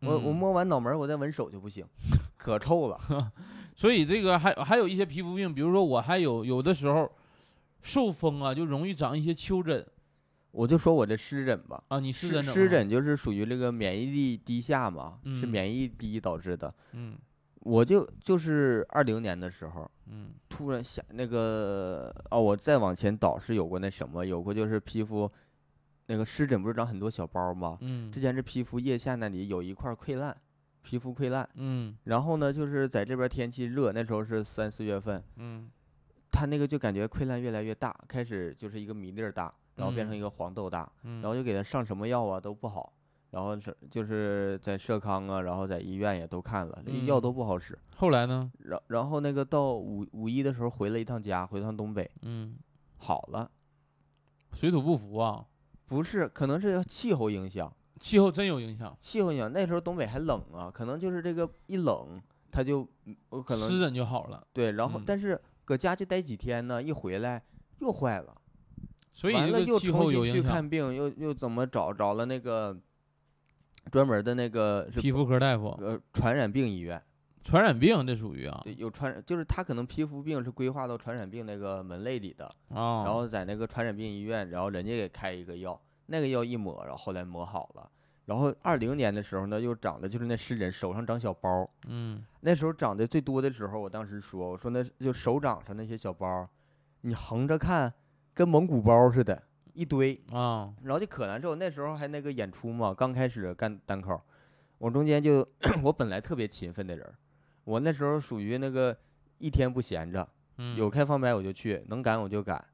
Speaker 1: 我我
Speaker 2: 嗯，
Speaker 1: 摸完脑门儿，我再闻手就不行，可臭了。
Speaker 2: 所以这个还还有一些皮肤病，比如说我还有有的时候受风啊，就容易长一些丘疹
Speaker 1: 我就说我这湿疹吧，
Speaker 2: 啊，你湿疹怎么
Speaker 1: 湿
Speaker 2: 了，
Speaker 1: 疹就是属于这个免疫力低下嘛，是
Speaker 2: 嗯
Speaker 1: 免疫低导致的。
Speaker 2: 嗯
Speaker 1: 我就就是二零年的时候，
Speaker 2: 嗯
Speaker 1: 突然想那个哦，我再往前倒是有过那什么，有过就是皮肤那个湿疹不是长很多小包吗？
Speaker 2: 嗯
Speaker 1: 之前是皮肤腋下那里有一块儿溃烂，皮肤溃烂。
Speaker 2: 嗯
Speaker 1: 然后呢，就是在这边儿天气热，那时候是三四月份，
Speaker 2: 嗯
Speaker 1: 它那个就感觉溃烂越来越大，开始就是一个米粒儿大，然后变成
Speaker 2: 嗯
Speaker 1: 一个黄豆大，
Speaker 2: 嗯，
Speaker 1: 然后就给它上什么药啊都不好，然后是就是在社康啊，然后在医院也都看了，这药
Speaker 2: 嗯
Speaker 1: 都不好使。
Speaker 2: 后来呢，
Speaker 1: 然然后那个到五五一的时候回了一趟家，回趟东北，
Speaker 2: 嗯，
Speaker 1: 好了，
Speaker 2: 水土不服啊，
Speaker 1: 不是，可能是气候影响，
Speaker 2: 气候真有影响，
Speaker 1: 气候影响，那时候东北还冷啊，可能就是这个一冷，它就我可能
Speaker 2: 湿疹就好了。
Speaker 1: 对，然后、
Speaker 2: 嗯
Speaker 1: 但是搁家就待几天呢，一回来又坏了，
Speaker 2: 所以
Speaker 1: 完
Speaker 2: 这
Speaker 1: 了
Speaker 2: 个
Speaker 1: 又
Speaker 2: 气
Speaker 1: 重
Speaker 2: 候
Speaker 1: 新
Speaker 2: 有
Speaker 1: 去
Speaker 2: 影响。
Speaker 1: 看病，又又怎么找找了那个专门儿的那个是
Speaker 2: 皮啊肤科大夫，
Speaker 1: 呃传染病医院，
Speaker 2: 传染病这属于啊
Speaker 1: 对，有传就是他可能皮肤病是规划到传染病那个门类里的，
Speaker 2: 啊，
Speaker 1: 然后在那个传染病医院，然后人家给开一个药，那个药一抹，然后后来抹好了，然后二零年的时候呢，又长的就是那湿疹，手上长小包儿，
Speaker 2: 嗯
Speaker 1: 那时候长得最多的时候，我当时说，我说那就手掌上那些小包儿，你横着看跟蒙古包儿似的，一堆，
Speaker 2: 啊
Speaker 1: 然后就可难受。那时候还那个演出嘛，刚开始干单口儿，我中间就 我本来特别勤奋的人儿，我那时候属于那个一天不闲着，
Speaker 2: 嗯
Speaker 1: 有开放麦我就去，能赶我就赶。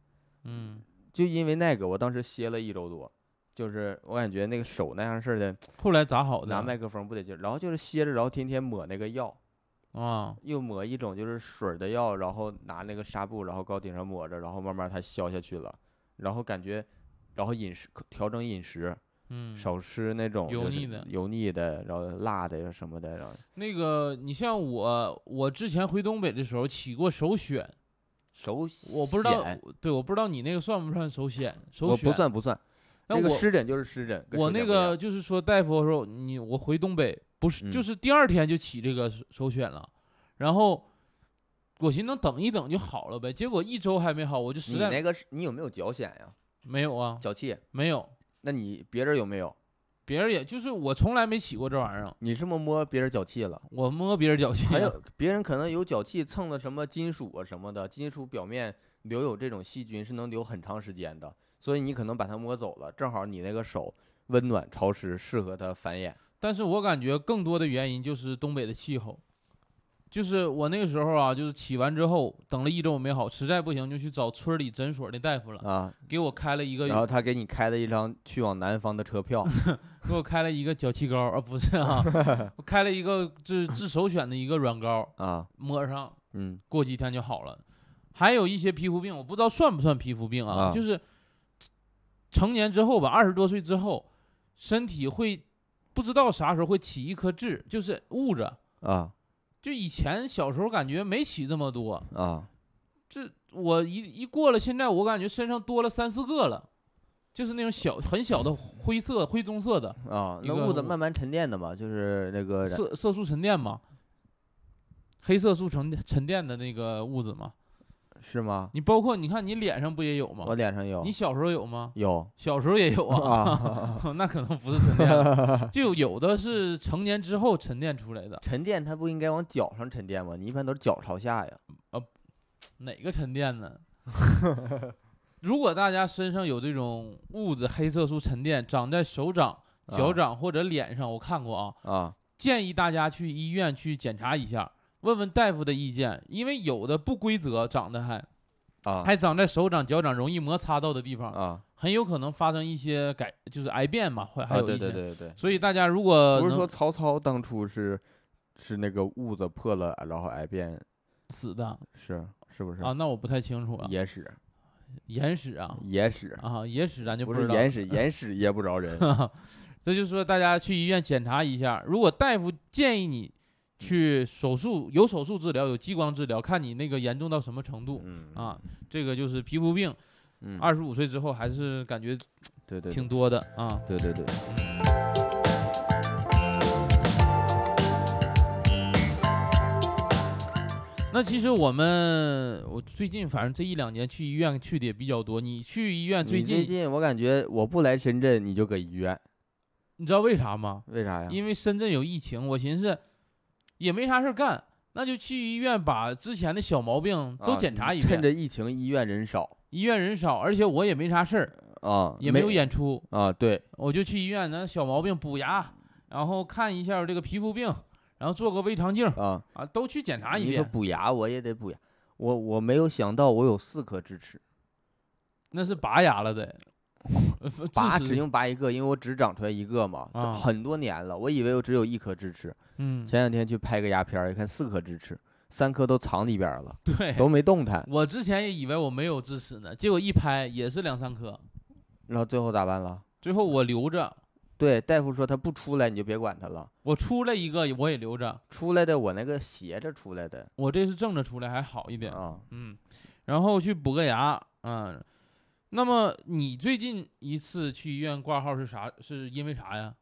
Speaker 2: 嗯
Speaker 1: 就因为那个，我当时歇了一周多，就是我感觉那个手那样式儿的
Speaker 2: 后来咋好的
Speaker 1: 拿麦克风不得劲儿，然后就是歇着，然后天天抹那个药。
Speaker 2: 啊
Speaker 1: 又抹一种就是水儿的药，然后拿那个纱布，然后高顶上抹着，然后慢慢它消下去了，然后感觉，然后饮食调整饮食，
Speaker 2: 嗯
Speaker 1: 少吃那种
Speaker 2: 油
Speaker 1: 就是
Speaker 2: 腻的
Speaker 1: 油腻的，然后辣的呀什么的，然后
Speaker 2: 那个你像我我之前回东北的时候起过手癣，
Speaker 1: 手
Speaker 2: 我不知道
Speaker 1: 癣
Speaker 2: 对我不知道你那个算不算手癣手
Speaker 1: 我不
Speaker 2: 癣，
Speaker 1: 算不算，
Speaker 2: 那
Speaker 1: 那个
Speaker 2: 我
Speaker 1: 湿疹就是湿疹，跟
Speaker 2: 我
Speaker 1: 湿
Speaker 2: 那
Speaker 1: 疹不一样
Speaker 2: 个就是说大夫说你我回东北不是就
Speaker 1: 嗯
Speaker 2: 是第二天就起这个手手癣了，然后我寻思能等一等就好了呗，结果一周还没好，我就实
Speaker 1: 你
Speaker 2: 在
Speaker 1: 那个是你有没有脚癣呀？
Speaker 2: 没有啊
Speaker 1: 脚气？
Speaker 2: 没有。
Speaker 1: 那你别人有没有？
Speaker 2: 别人也就是我从来没起过这玩意儿，
Speaker 1: 你是不是摸别人脚气 了？
Speaker 2: 我摸别人脚气。啊
Speaker 1: 还有别人可能有脚气蹭了什么金属啊什么的，金属表面留有这种细菌是能留很长时间的，所以你可能把它摸走了，正好你那个手温暖潮湿，适合它繁衍。
Speaker 2: 但是我感觉更多的原因就是东北的气候，就是我那个时候啊，就是起完之后等了一周没好，实在不行就去找村里诊所的大夫了，
Speaker 1: 啊，
Speaker 2: 给我开了一个
Speaker 1: 然后他给你开了一张去往南方的车 票，
Speaker 2: 给我开了一个脚气膏啊，不是 啊，我开了一个治治首选的一个软膏，
Speaker 1: 啊，
Speaker 2: 抹上
Speaker 1: 嗯，
Speaker 2: 过几天就好了。还有一些皮肤病，我不知道算不算皮肤病啊，
Speaker 1: 啊
Speaker 2: 就是成年之后吧，二十多岁之后，身体会不知道啥时候会起一颗痣，就是痦子。
Speaker 1: 啊
Speaker 2: 就以前小时候感觉没起这么多，
Speaker 1: 啊，
Speaker 2: 这我一一过了，现在我感觉身上多了三四个了，就是那种小很小的灰色、灰棕色的
Speaker 1: 啊，
Speaker 2: 一
Speaker 1: 那
Speaker 2: 个
Speaker 1: 痦子
Speaker 2: 我
Speaker 1: 慢慢沉淀的嘛，就是那个染
Speaker 2: 色色素沉淀嘛，黑色素沉淀沉淀的那个物质嘛。
Speaker 1: 是吗？
Speaker 2: 你包括你看你脸上不也有吗
Speaker 1: 我？脸上有
Speaker 2: 你小时候有 吗？
Speaker 1: 有
Speaker 2: 小时候也有啊， 那可能不是沉 淀的，就有的是成年之后沉淀出来的。
Speaker 1: 沉淀，它不应该往脚上沉淀吗？你一般都是脚朝下呀。
Speaker 2: 哪个沉淀 呢？如果大家身上有这种痦子、黑色素沉淀，长在手掌、脚
Speaker 1: 啊
Speaker 2: 掌或者脸上，我看过啊，
Speaker 1: 啊
Speaker 2: 建议大家去医院去检查一下，问问大夫的意见，因为有的不规则长得还
Speaker 1: 啊
Speaker 2: 还长在手掌、脚掌容易摩擦到的地方，
Speaker 1: 啊！
Speaker 2: 很有可能发生一些改，就是癌变嘛，或还
Speaker 1: 啊
Speaker 2: 有一些。
Speaker 1: 对对对对呃
Speaker 2: 所以大家如果
Speaker 1: 对，不是
Speaker 2: 能
Speaker 1: 说曹操当初是是那个痦子破了，然后癌变
Speaker 2: 死的
Speaker 1: 是是不是？
Speaker 2: 啊，那我不太清楚啊，
Speaker 1: 野史
Speaker 2: 眼屎啊
Speaker 1: 野史
Speaker 2: 啊野屎咱就
Speaker 1: 不
Speaker 2: 知
Speaker 1: 是
Speaker 2: 道了。
Speaker 1: 眼 屎，眼屎噎不着 人
Speaker 2: 这就是说大家去医院检查一下，如果大夫建议你去手术，有手术治疗，有激光治疗，看你那个严重到什么程度
Speaker 1: 嗯
Speaker 2: 啊。这个就是皮肤病，
Speaker 1: 嗯，
Speaker 2: 二十五岁之后还是感觉
Speaker 1: 对对
Speaker 2: 挺多的啊。
Speaker 1: 对对对，
Speaker 2: 那其实我们我最近反正这一两年去医院去的也比较多，你去医院最
Speaker 1: 你最
Speaker 2: 近
Speaker 1: 近我感觉我不来深圳你就搁医院，
Speaker 2: 你知道为啥吗？
Speaker 1: 为啥呀？
Speaker 2: 因为深圳有疫情，我寻思也没啥事儿干，那就去医院把之前的小毛病都
Speaker 1: 啊
Speaker 2: 检查一遍
Speaker 1: 趁。着疫情医院人少
Speaker 2: 医院人少，而且我也没啥事儿，
Speaker 1: 啊，
Speaker 2: 也没有演出，
Speaker 1: 啊，对，
Speaker 2: 我就去医院，那小毛病补牙，然后看一下这个皮肤病，然后做个胃肠镜
Speaker 1: 啊，
Speaker 2: 啊，都去检查一
Speaker 1: 你说
Speaker 2: 遍。
Speaker 1: 补牙我也得补牙，我我没有想到我有四颗智齿，
Speaker 2: 那是拔牙了得，呃不
Speaker 1: 拔
Speaker 2: 智
Speaker 1: 只
Speaker 2: 齿
Speaker 1: 用拔一个，因为我只长出来一个嘛，
Speaker 2: 啊
Speaker 1: 很多年了，我以为我只有一颗智齿，
Speaker 2: 嗯，
Speaker 1: 前两天去拍个牙片儿，一看四颗智齿，三颗都藏里边儿了，
Speaker 2: 对。
Speaker 1: 都没动弹，
Speaker 2: 我之前也以为我没有智齿呢，结果一拍也是两三颗，
Speaker 1: 然后最后咋办了？
Speaker 2: 最后我留着，
Speaker 1: 对，大夫说他不出来你就别管他了，
Speaker 2: 我出来一个我也留着，
Speaker 1: 出来的我那个斜着出来的
Speaker 2: 我这是正着出来还好一点，
Speaker 1: 啊。
Speaker 2: 嗯，然后去补个牙，嗯。那么你最近一次去医院挂号是啥？是因为啥呀？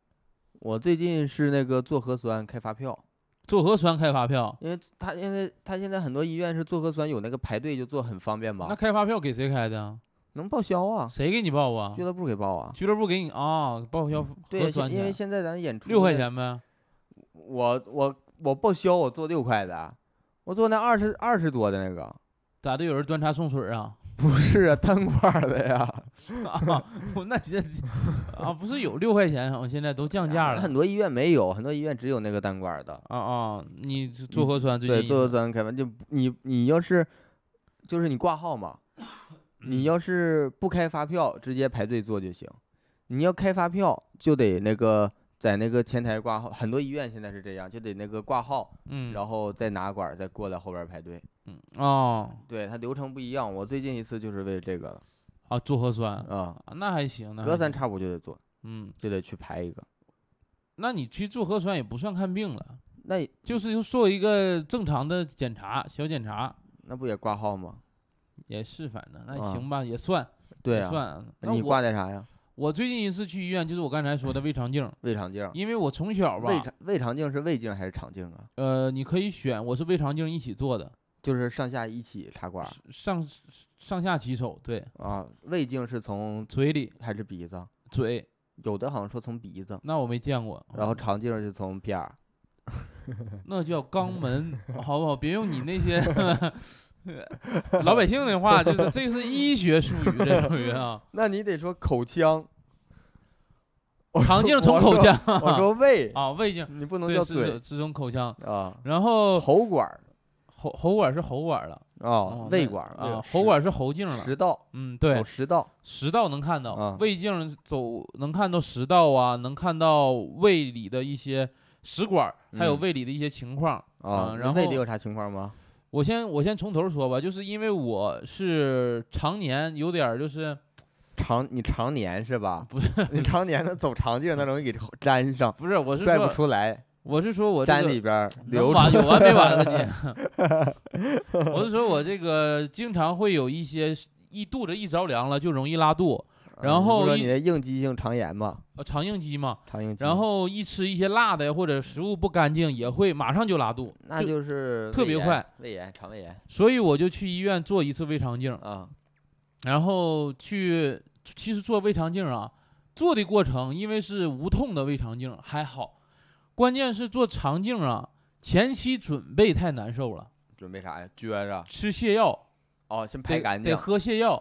Speaker 1: 我最近是那个做核酸开发票，
Speaker 2: 做核酸开发票，
Speaker 1: 因为他现在他现在很多医院是做核酸有那个排队就做很方便
Speaker 2: 那
Speaker 1: 嘛，
Speaker 2: 开发票给谁开的啊？
Speaker 1: 能报销啊，
Speaker 2: 谁给你报啊
Speaker 1: 俱？乐部给报啊。
Speaker 2: 俱乐部给你啊，报销
Speaker 1: 对
Speaker 2: 核，酸
Speaker 1: 因为
Speaker 2: 钱，
Speaker 1: 现在咱演出
Speaker 2: 六块
Speaker 1: 那，
Speaker 2: 钱呗。
Speaker 1: 我我我报销我做六块的，我做那二十二十多的那个，
Speaker 2: 咋的？有人端茶送水啊？
Speaker 1: 不是啊，单块儿的呀，
Speaker 2: 啊，我那这啊，不是有六块钱，我现在都降价了
Speaker 1: 很。多医院没有，很多医院只有那个单块儿的。
Speaker 2: 啊啊，你做做核酸最
Speaker 1: 嗯对，
Speaker 2: 近
Speaker 1: 做核酸开完就不你你要是就是你挂号 嘛，你要是不开发票，直接排队做就行。你要开发票，就得那个在那个前台挂号，很多医院现在是这样，就得那个挂号，
Speaker 2: 嗯，
Speaker 1: 然后再拿管儿再过来后边儿排队。
Speaker 2: 嗯哦
Speaker 1: 对，它流程不一样。我最近一次就是为这个了
Speaker 2: 啊，做核酸啊，
Speaker 1: 啊，
Speaker 2: 那还行，那
Speaker 1: 隔
Speaker 2: 还
Speaker 1: 三
Speaker 2: 行
Speaker 1: 差五就得做，
Speaker 2: 嗯，
Speaker 1: 就得去排一个。
Speaker 2: 那你去做核酸也不算看病了，
Speaker 1: 那也
Speaker 2: 就是做一个正常的检查，小检查
Speaker 1: 那不也挂号吗？
Speaker 2: 也是，反正那
Speaker 1: 啊
Speaker 2: 行吧，也算
Speaker 1: 对
Speaker 2: 也
Speaker 1: 啊，
Speaker 2: 算啊。那
Speaker 1: 你
Speaker 2: 我
Speaker 1: 挂的啥呀？
Speaker 2: 我最近一次去医院就是我刚才说的胃肠镜，
Speaker 1: 胃肠镜儿。
Speaker 2: 因为我从小吧
Speaker 1: 啊胃，肠胃肠镜是胃镜还是肠镜啊？
Speaker 2: 呃，你可以选，我是胃肠镜一起做的，
Speaker 1: 就是上下一起插管儿。
Speaker 2: 上上下其手，对，
Speaker 1: 啊，胃镜是从
Speaker 2: 嘴里
Speaker 1: 还是鼻子？
Speaker 2: 嘴，
Speaker 1: 有的好像说从鼻子，
Speaker 2: 那我没见过，啊
Speaker 1: 然后肠镜是从屁眼儿。
Speaker 2: 那 叫肛门，好不好？别用你那些老百姓的话，就是这是医学术语，这属于啊，
Speaker 1: 那你得说口 腔，
Speaker 2: 肠镜 从
Speaker 1: 我
Speaker 2: 口
Speaker 1: 说
Speaker 2: 腔
Speaker 1: 我说胃，
Speaker 2: 啊，胃镜
Speaker 1: 你不能
Speaker 2: 对
Speaker 1: 叫
Speaker 2: 是
Speaker 1: 嘴
Speaker 2: 是是从口腔，
Speaker 1: 啊，
Speaker 2: 然后
Speaker 1: 喉管儿
Speaker 2: 喉喉管是喉管了，
Speaker 1: 哦，胃管儿
Speaker 2: 啊，喉管是喉镜了。
Speaker 1: 食道，
Speaker 2: 嗯，对
Speaker 1: 走，食道，
Speaker 2: 食道能看到，
Speaker 1: 啊
Speaker 2: 胃镜走能看到食道啊，能看到胃里的一些食管儿，还有
Speaker 1: 嗯
Speaker 2: 胃里的一些情况。啊
Speaker 1: 啊，
Speaker 2: 然
Speaker 1: 胃
Speaker 2: 后
Speaker 1: 里有啥情况吗？
Speaker 2: 我先我先从头说吧，就是因为我是常年有点儿就是
Speaker 1: 常你常年是吧？不是，你常年的走肠镜，那容易给粘上，
Speaker 2: 不是我是
Speaker 1: 拽不
Speaker 2: 说
Speaker 1: 出来，
Speaker 2: 我是说我这
Speaker 1: 粘
Speaker 2: 个
Speaker 1: 里边儿
Speaker 2: 能
Speaker 1: 流出。
Speaker 2: 完有完没完了 你？我是说我这个经常会有一些一肚子一着凉了就容易拉肚，然
Speaker 1: 啊你不
Speaker 2: 后
Speaker 1: 说
Speaker 2: 一
Speaker 1: 你的应激性肠炎嘛，
Speaker 2: 呃肠应激嘛，
Speaker 1: 肠应激，
Speaker 2: 然后一吃一些辣的或者食物不干净也会马上就拉肚，
Speaker 1: 那就是
Speaker 2: 特
Speaker 1: 胃
Speaker 2: 别
Speaker 1: 炎
Speaker 2: 快，
Speaker 1: 胃炎、肠胃炎
Speaker 2: 所以我就去医院做一次胃肠镜，
Speaker 1: 啊，
Speaker 2: 然后去其实做胃肠镜啊，做的过程因为是无痛的胃肠镜还好，关键是做肠镜啊，前期准备太难受了，
Speaker 1: 准备啥呀？撅着
Speaker 2: 吃泻药
Speaker 1: 哦，先排
Speaker 2: 得
Speaker 1: 干净
Speaker 2: 得，喝泻药，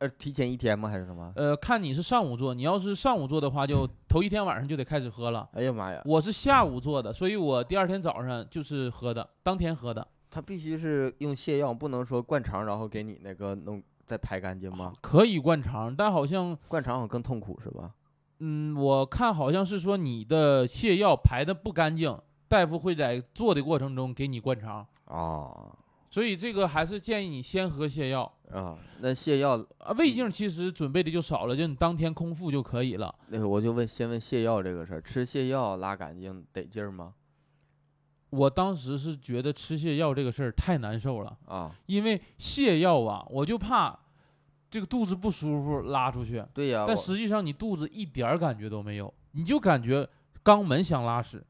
Speaker 1: 呃，提前一天吗？还是什么？
Speaker 2: 呃，看你是上午做，你要是上午做的话，就头一天晚上就得开始喝了。
Speaker 1: 哎呀妈呀，
Speaker 2: 我是下午做的，所以我第二天早上就是喝的，当天喝的，
Speaker 1: 他必须是用泻药，不能说灌肠然后给你那个弄再排干净吗？
Speaker 2: 可以灌肠，但好像，
Speaker 1: 灌肠好像更痛苦是吧？
Speaker 2: 嗯，我看好像是说你的泻药排的不干净，大夫会在做的过程中给你灌肠，
Speaker 1: 哦，
Speaker 2: 所以这个还是建议你先喝泻药
Speaker 1: 啊，那泻药，
Speaker 2: 啊。胃镜其实准备的就少了，就你当天空腹就可以了。
Speaker 1: 那个我就问，先问泻药这个事儿，吃泻药拉干净得劲儿吗？
Speaker 2: 我当时是觉得吃泻药这个事儿太难受了。
Speaker 1: 啊，
Speaker 2: 因为泻药啊，我就怕这个肚子不舒服拉出去，
Speaker 1: 对呀、
Speaker 2: 但
Speaker 1: 我
Speaker 2: 实际上你肚子一点儿感觉都没有，你就感觉肛门想拉屎，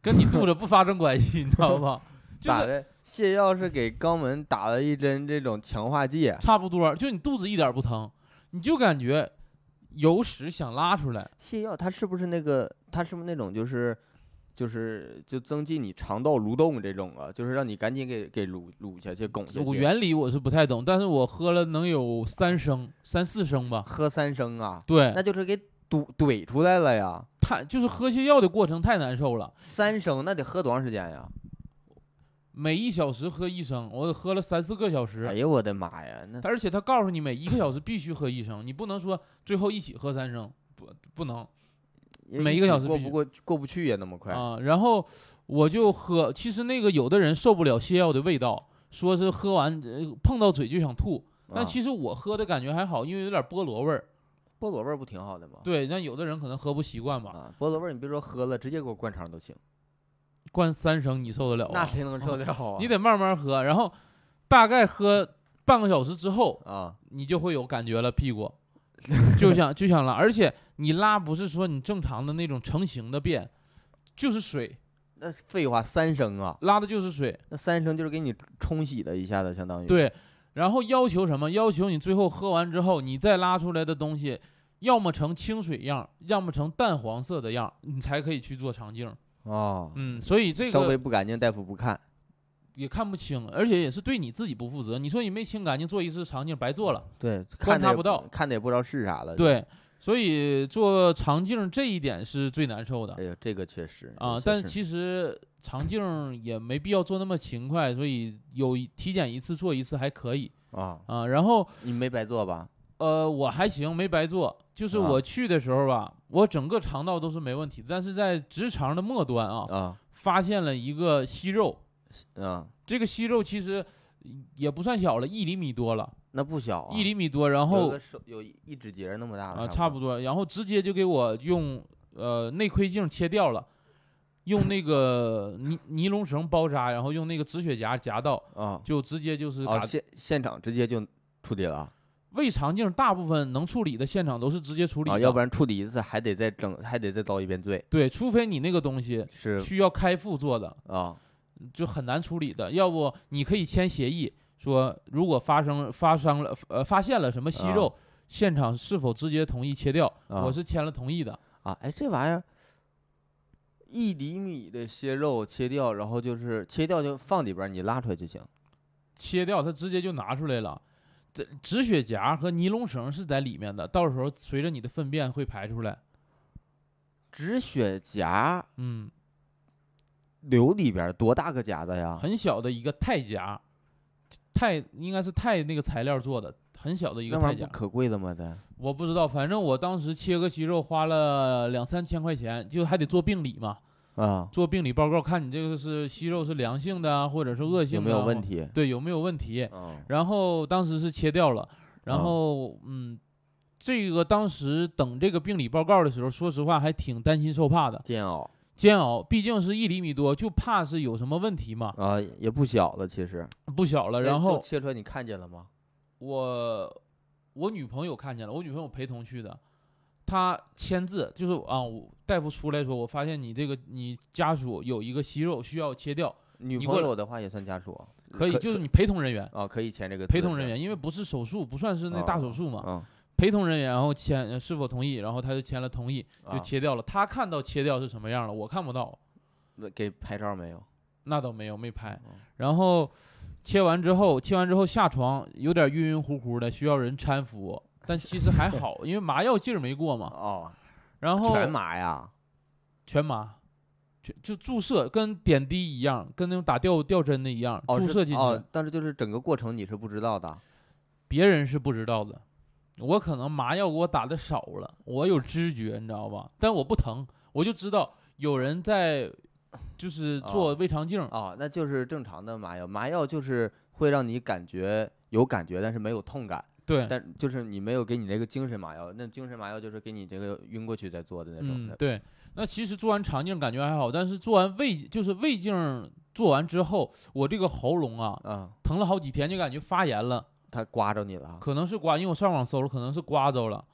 Speaker 2: 跟你肚子不发生关系，你知道吗？就
Speaker 1: 打
Speaker 2: 是
Speaker 1: 的泻药是给肛门打了一针这种强化剂，
Speaker 2: 差不多，就你肚子一点儿不疼，你就感觉有屎想拉出来，
Speaker 1: 泻药它是不是那个，它是不是那种就是？就是就增进你肠道蠕动这种啊，就是让你赶紧给给蠕蠕下去拱下
Speaker 2: 我
Speaker 1: 去。
Speaker 2: 原理我是不太懂，但是我喝了能有三升、三四升吧。
Speaker 1: 喝三升啊，
Speaker 2: 对，
Speaker 1: 那就是给堵怼出来了呀。
Speaker 2: 太就是喝泻药的过程太难受了，
Speaker 1: 三升那得喝多长时间呀？
Speaker 2: 每一小时喝一升，我喝了三四个小时。
Speaker 1: 哎呀，我的妈呀，那
Speaker 2: 而且他告诉你每一个小时必须喝一升，你不能说最后一起喝三升，不不能每一
Speaker 1: 起
Speaker 2: 个小时
Speaker 1: 过
Speaker 2: 必
Speaker 1: 不
Speaker 2: 须
Speaker 1: 过过不去呀，那么快。
Speaker 2: 啊。然后我就喝，其实那个有的人受不了泻药的味道，说是喝完、呃碰到嘴就想吐，但
Speaker 1: 啊
Speaker 2: 其实我喝的感觉还好，因为有点菠萝味儿。
Speaker 1: 菠萝味儿不挺好的吗？
Speaker 2: 对，但有的人可能喝不习惯吧，
Speaker 1: 啊，菠萝味儿你别说喝了，直接给我灌肠都行，
Speaker 2: 灌三升你受得了啊？
Speaker 1: 那谁能受得了啊？
Speaker 2: 你得慢慢喝，然后大概喝半个小时之后，
Speaker 1: 啊，
Speaker 2: 你就会有感觉了，屁股就想就想拉，而且你拉不是说你正常的那种成型的便，就是水
Speaker 1: 那废话三升啊，
Speaker 2: 拉的就是水，
Speaker 1: 那三升就是给你冲洗了一下子，相当于。
Speaker 2: 对。然后要求什么？要求你最后喝完之后，你再拉出来的东西，要么成清水样，要么成淡黄色的样，你才可以去做肠镜。
Speaker 1: 哦，
Speaker 2: 嗯，所以这
Speaker 1: 稍微
Speaker 2: 个
Speaker 1: 不干净，大夫不看。
Speaker 2: 也看不清，而且也是对你自己不负责。你说你没清干净，做一次肠镜白做了。
Speaker 1: 对，看
Speaker 2: 观
Speaker 1: 着
Speaker 2: 察
Speaker 1: 也
Speaker 2: 不到
Speaker 1: 看的也不知道是啥了。，
Speaker 2: 对，所以做肠镜这一点是最难受的
Speaker 1: 哎。呦，这个确实
Speaker 2: 啊，但其实肠镜儿也没必要做那么勤快，所以有一体检一次做一次还可以
Speaker 1: 啊，
Speaker 2: 啊。然后
Speaker 1: 你没白做吧？
Speaker 2: 呃，我还行，没白做。就是
Speaker 1: 啊
Speaker 2: 我去的时候吧，我整个肠道都是没问题的，但是在直肠的末端啊，
Speaker 1: 啊
Speaker 2: 发现了一个息肉。
Speaker 1: 啊，
Speaker 2: 这个息肉其实也不算小了，一厘米多了，
Speaker 1: 那不小啊，
Speaker 2: 一厘米多，然
Speaker 1: 有
Speaker 2: 后
Speaker 1: 个手有一一指节那么大
Speaker 2: 啊，
Speaker 1: 了，
Speaker 2: 差不
Speaker 1: 多。
Speaker 2: 多，然后直接就给我用呃内窥镜切掉了，用 那个尼尼龙绳包扎，然后用那个止血夹夹到，
Speaker 1: 啊，
Speaker 2: 就直接就是
Speaker 1: 哦，
Speaker 2: 打
Speaker 1: 现现场直接就处理了
Speaker 2: 胃肠镜，大部分能处理的现场都是直接处理
Speaker 1: 啊，
Speaker 2: 的，
Speaker 1: 要不然处理一次还得再整，还得再遭一遍罪，
Speaker 2: 对，除非你那个东西
Speaker 1: 是
Speaker 2: 需要开腹做的，
Speaker 1: 啊
Speaker 2: 就很难处理的，要不你可以签协议说，如果发生发生了呃发现了什么息
Speaker 1: 啊
Speaker 2: 肉。现场是否直接同意切掉？
Speaker 1: 啊
Speaker 2: 我是签了同意的，
Speaker 1: 啊，哎，这玩意儿一厘米的些肉切掉，然后就是切掉就放里边儿，你拉出来就行
Speaker 2: 切掉，它直接就拿出来了。这止血夹和尼龙绳是在里面的，到时候随着你的粪便会排出来。
Speaker 1: 止血夹
Speaker 2: 嗯，
Speaker 1: 瘤里边儿多大个夹子呀？
Speaker 2: 很小的一个钛夹，钛应该是钛那个材料做的，很小的一个
Speaker 1: 那
Speaker 2: 钛
Speaker 1: 玩意儿
Speaker 2: 夹
Speaker 1: 不。可贵了吗？的，
Speaker 2: 我不知道，反正我当时切个息肉花了两三千块钱，就还得做病理嘛，
Speaker 1: 啊，
Speaker 2: 做病理报告，看你这个是息肉是良性的啊，或者是恶性
Speaker 1: 有没
Speaker 2: 的啊，
Speaker 1: 有问
Speaker 2: 或？
Speaker 1: 题？
Speaker 2: 对，有没有问题？
Speaker 1: 嗯，
Speaker 2: 然后当时是切掉了，
Speaker 1: 啊
Speaker 2: 然后嗯，这个当时等这个病理报告的时候，说实话还挺担心受怕的，
Speaker 1: 煎熬
Speaker 2: 煎熬，毕竟是一厘米多，就怕是有什么问题嘛，
Speaker 1: 啊，也不小了，其实。
Speaker 2: 不小了。
Speaker 1: 哎
Speaker 2: 呃然
Speaker 1: 就
Speaker 2: 后
Speaker 1: 切出来你看见了吗？
Speaker 2: 我我女朋友看见了，我女朋友陪同去的，她签字就是啊，我大夫出来说，我发现你这个你家属有一个息肉需要切掉，
Speaker 1: 女
Speaker 2: 你
Speaker 1: 朋
Speaker 2: 过来
Speaker 1: 友的话也算家属，
Speaker 2: 可以，就是你陪同人员，
Speaker 1: 啊，可以签这个
Speaker 2: 陪
Speaker 1: 字
Speaker 2: 同
Speaker 1: 是
Speaker 2: 人
Speaker 1: 吧
Speaker 2: 员，因为不是手术，不算是那大手术嘛，
Speaker 1: 嗯，
Speaker 2: 陪同人员，然后签呃是否同意，然后他就签了同意，就
Speaker 1: 啊
Speaker 2: 切掉了。他看到切掉是什么样了，我看不到，
Speaker 1: 那给拍照没有？
Speaker 2: 那倒没有没拍
Speaker 1: 哦。
Speaker 2: 然后切完之后，切完之后下床有点晕晕乎乎的，需要人搀扶，但其实还好，因为麻药劲儿没过嘛。
Speaker 1: 哦，
Speaker 2: 啊然后
Speaker 1: 全麻呀？
Speaker 2: 全麻，全就注射跟点滴一样，跟那种打吊吊针的一样，
Speaker 1: 哦，
Speaker 2: 注
Speaker 1: 是
Speaker 2: 射进去。
Speaker 1: 哦，但是就是整个过程你是不知道的。
Speaker 2: 别人是不知道的，我可能麻药给我打的少了，我有知觉，你知道吧？但我不疼，我就知道有人在，就是做
Speaker 1: 哦
Speaker 2: 胃肠镜，
Speaker 1: 哦，那就是正常的麻药，麻药就是会让你感觉有感觉，但是没有痛感，
Speaker 2: 对，
Speaker 1: 但就是你没有给你那个精神麻药，那精神麻药就是给你这个晕过去再做的那种
Speaker 2: 嗯
Speaker 1: 的。，
Speaker 2: 对。那其实做完肠镜感觉还好，但是做完胃就是胃镜做完之后，我这个喉咙啊
Speaker 1: 啊，
Speaker 2: 疼了好几天，就感觉发炎了，
Speaker 1: 他刮着你了啊
Speaker 2: 可能是刮，因为我上网搜了，可能是刮着了，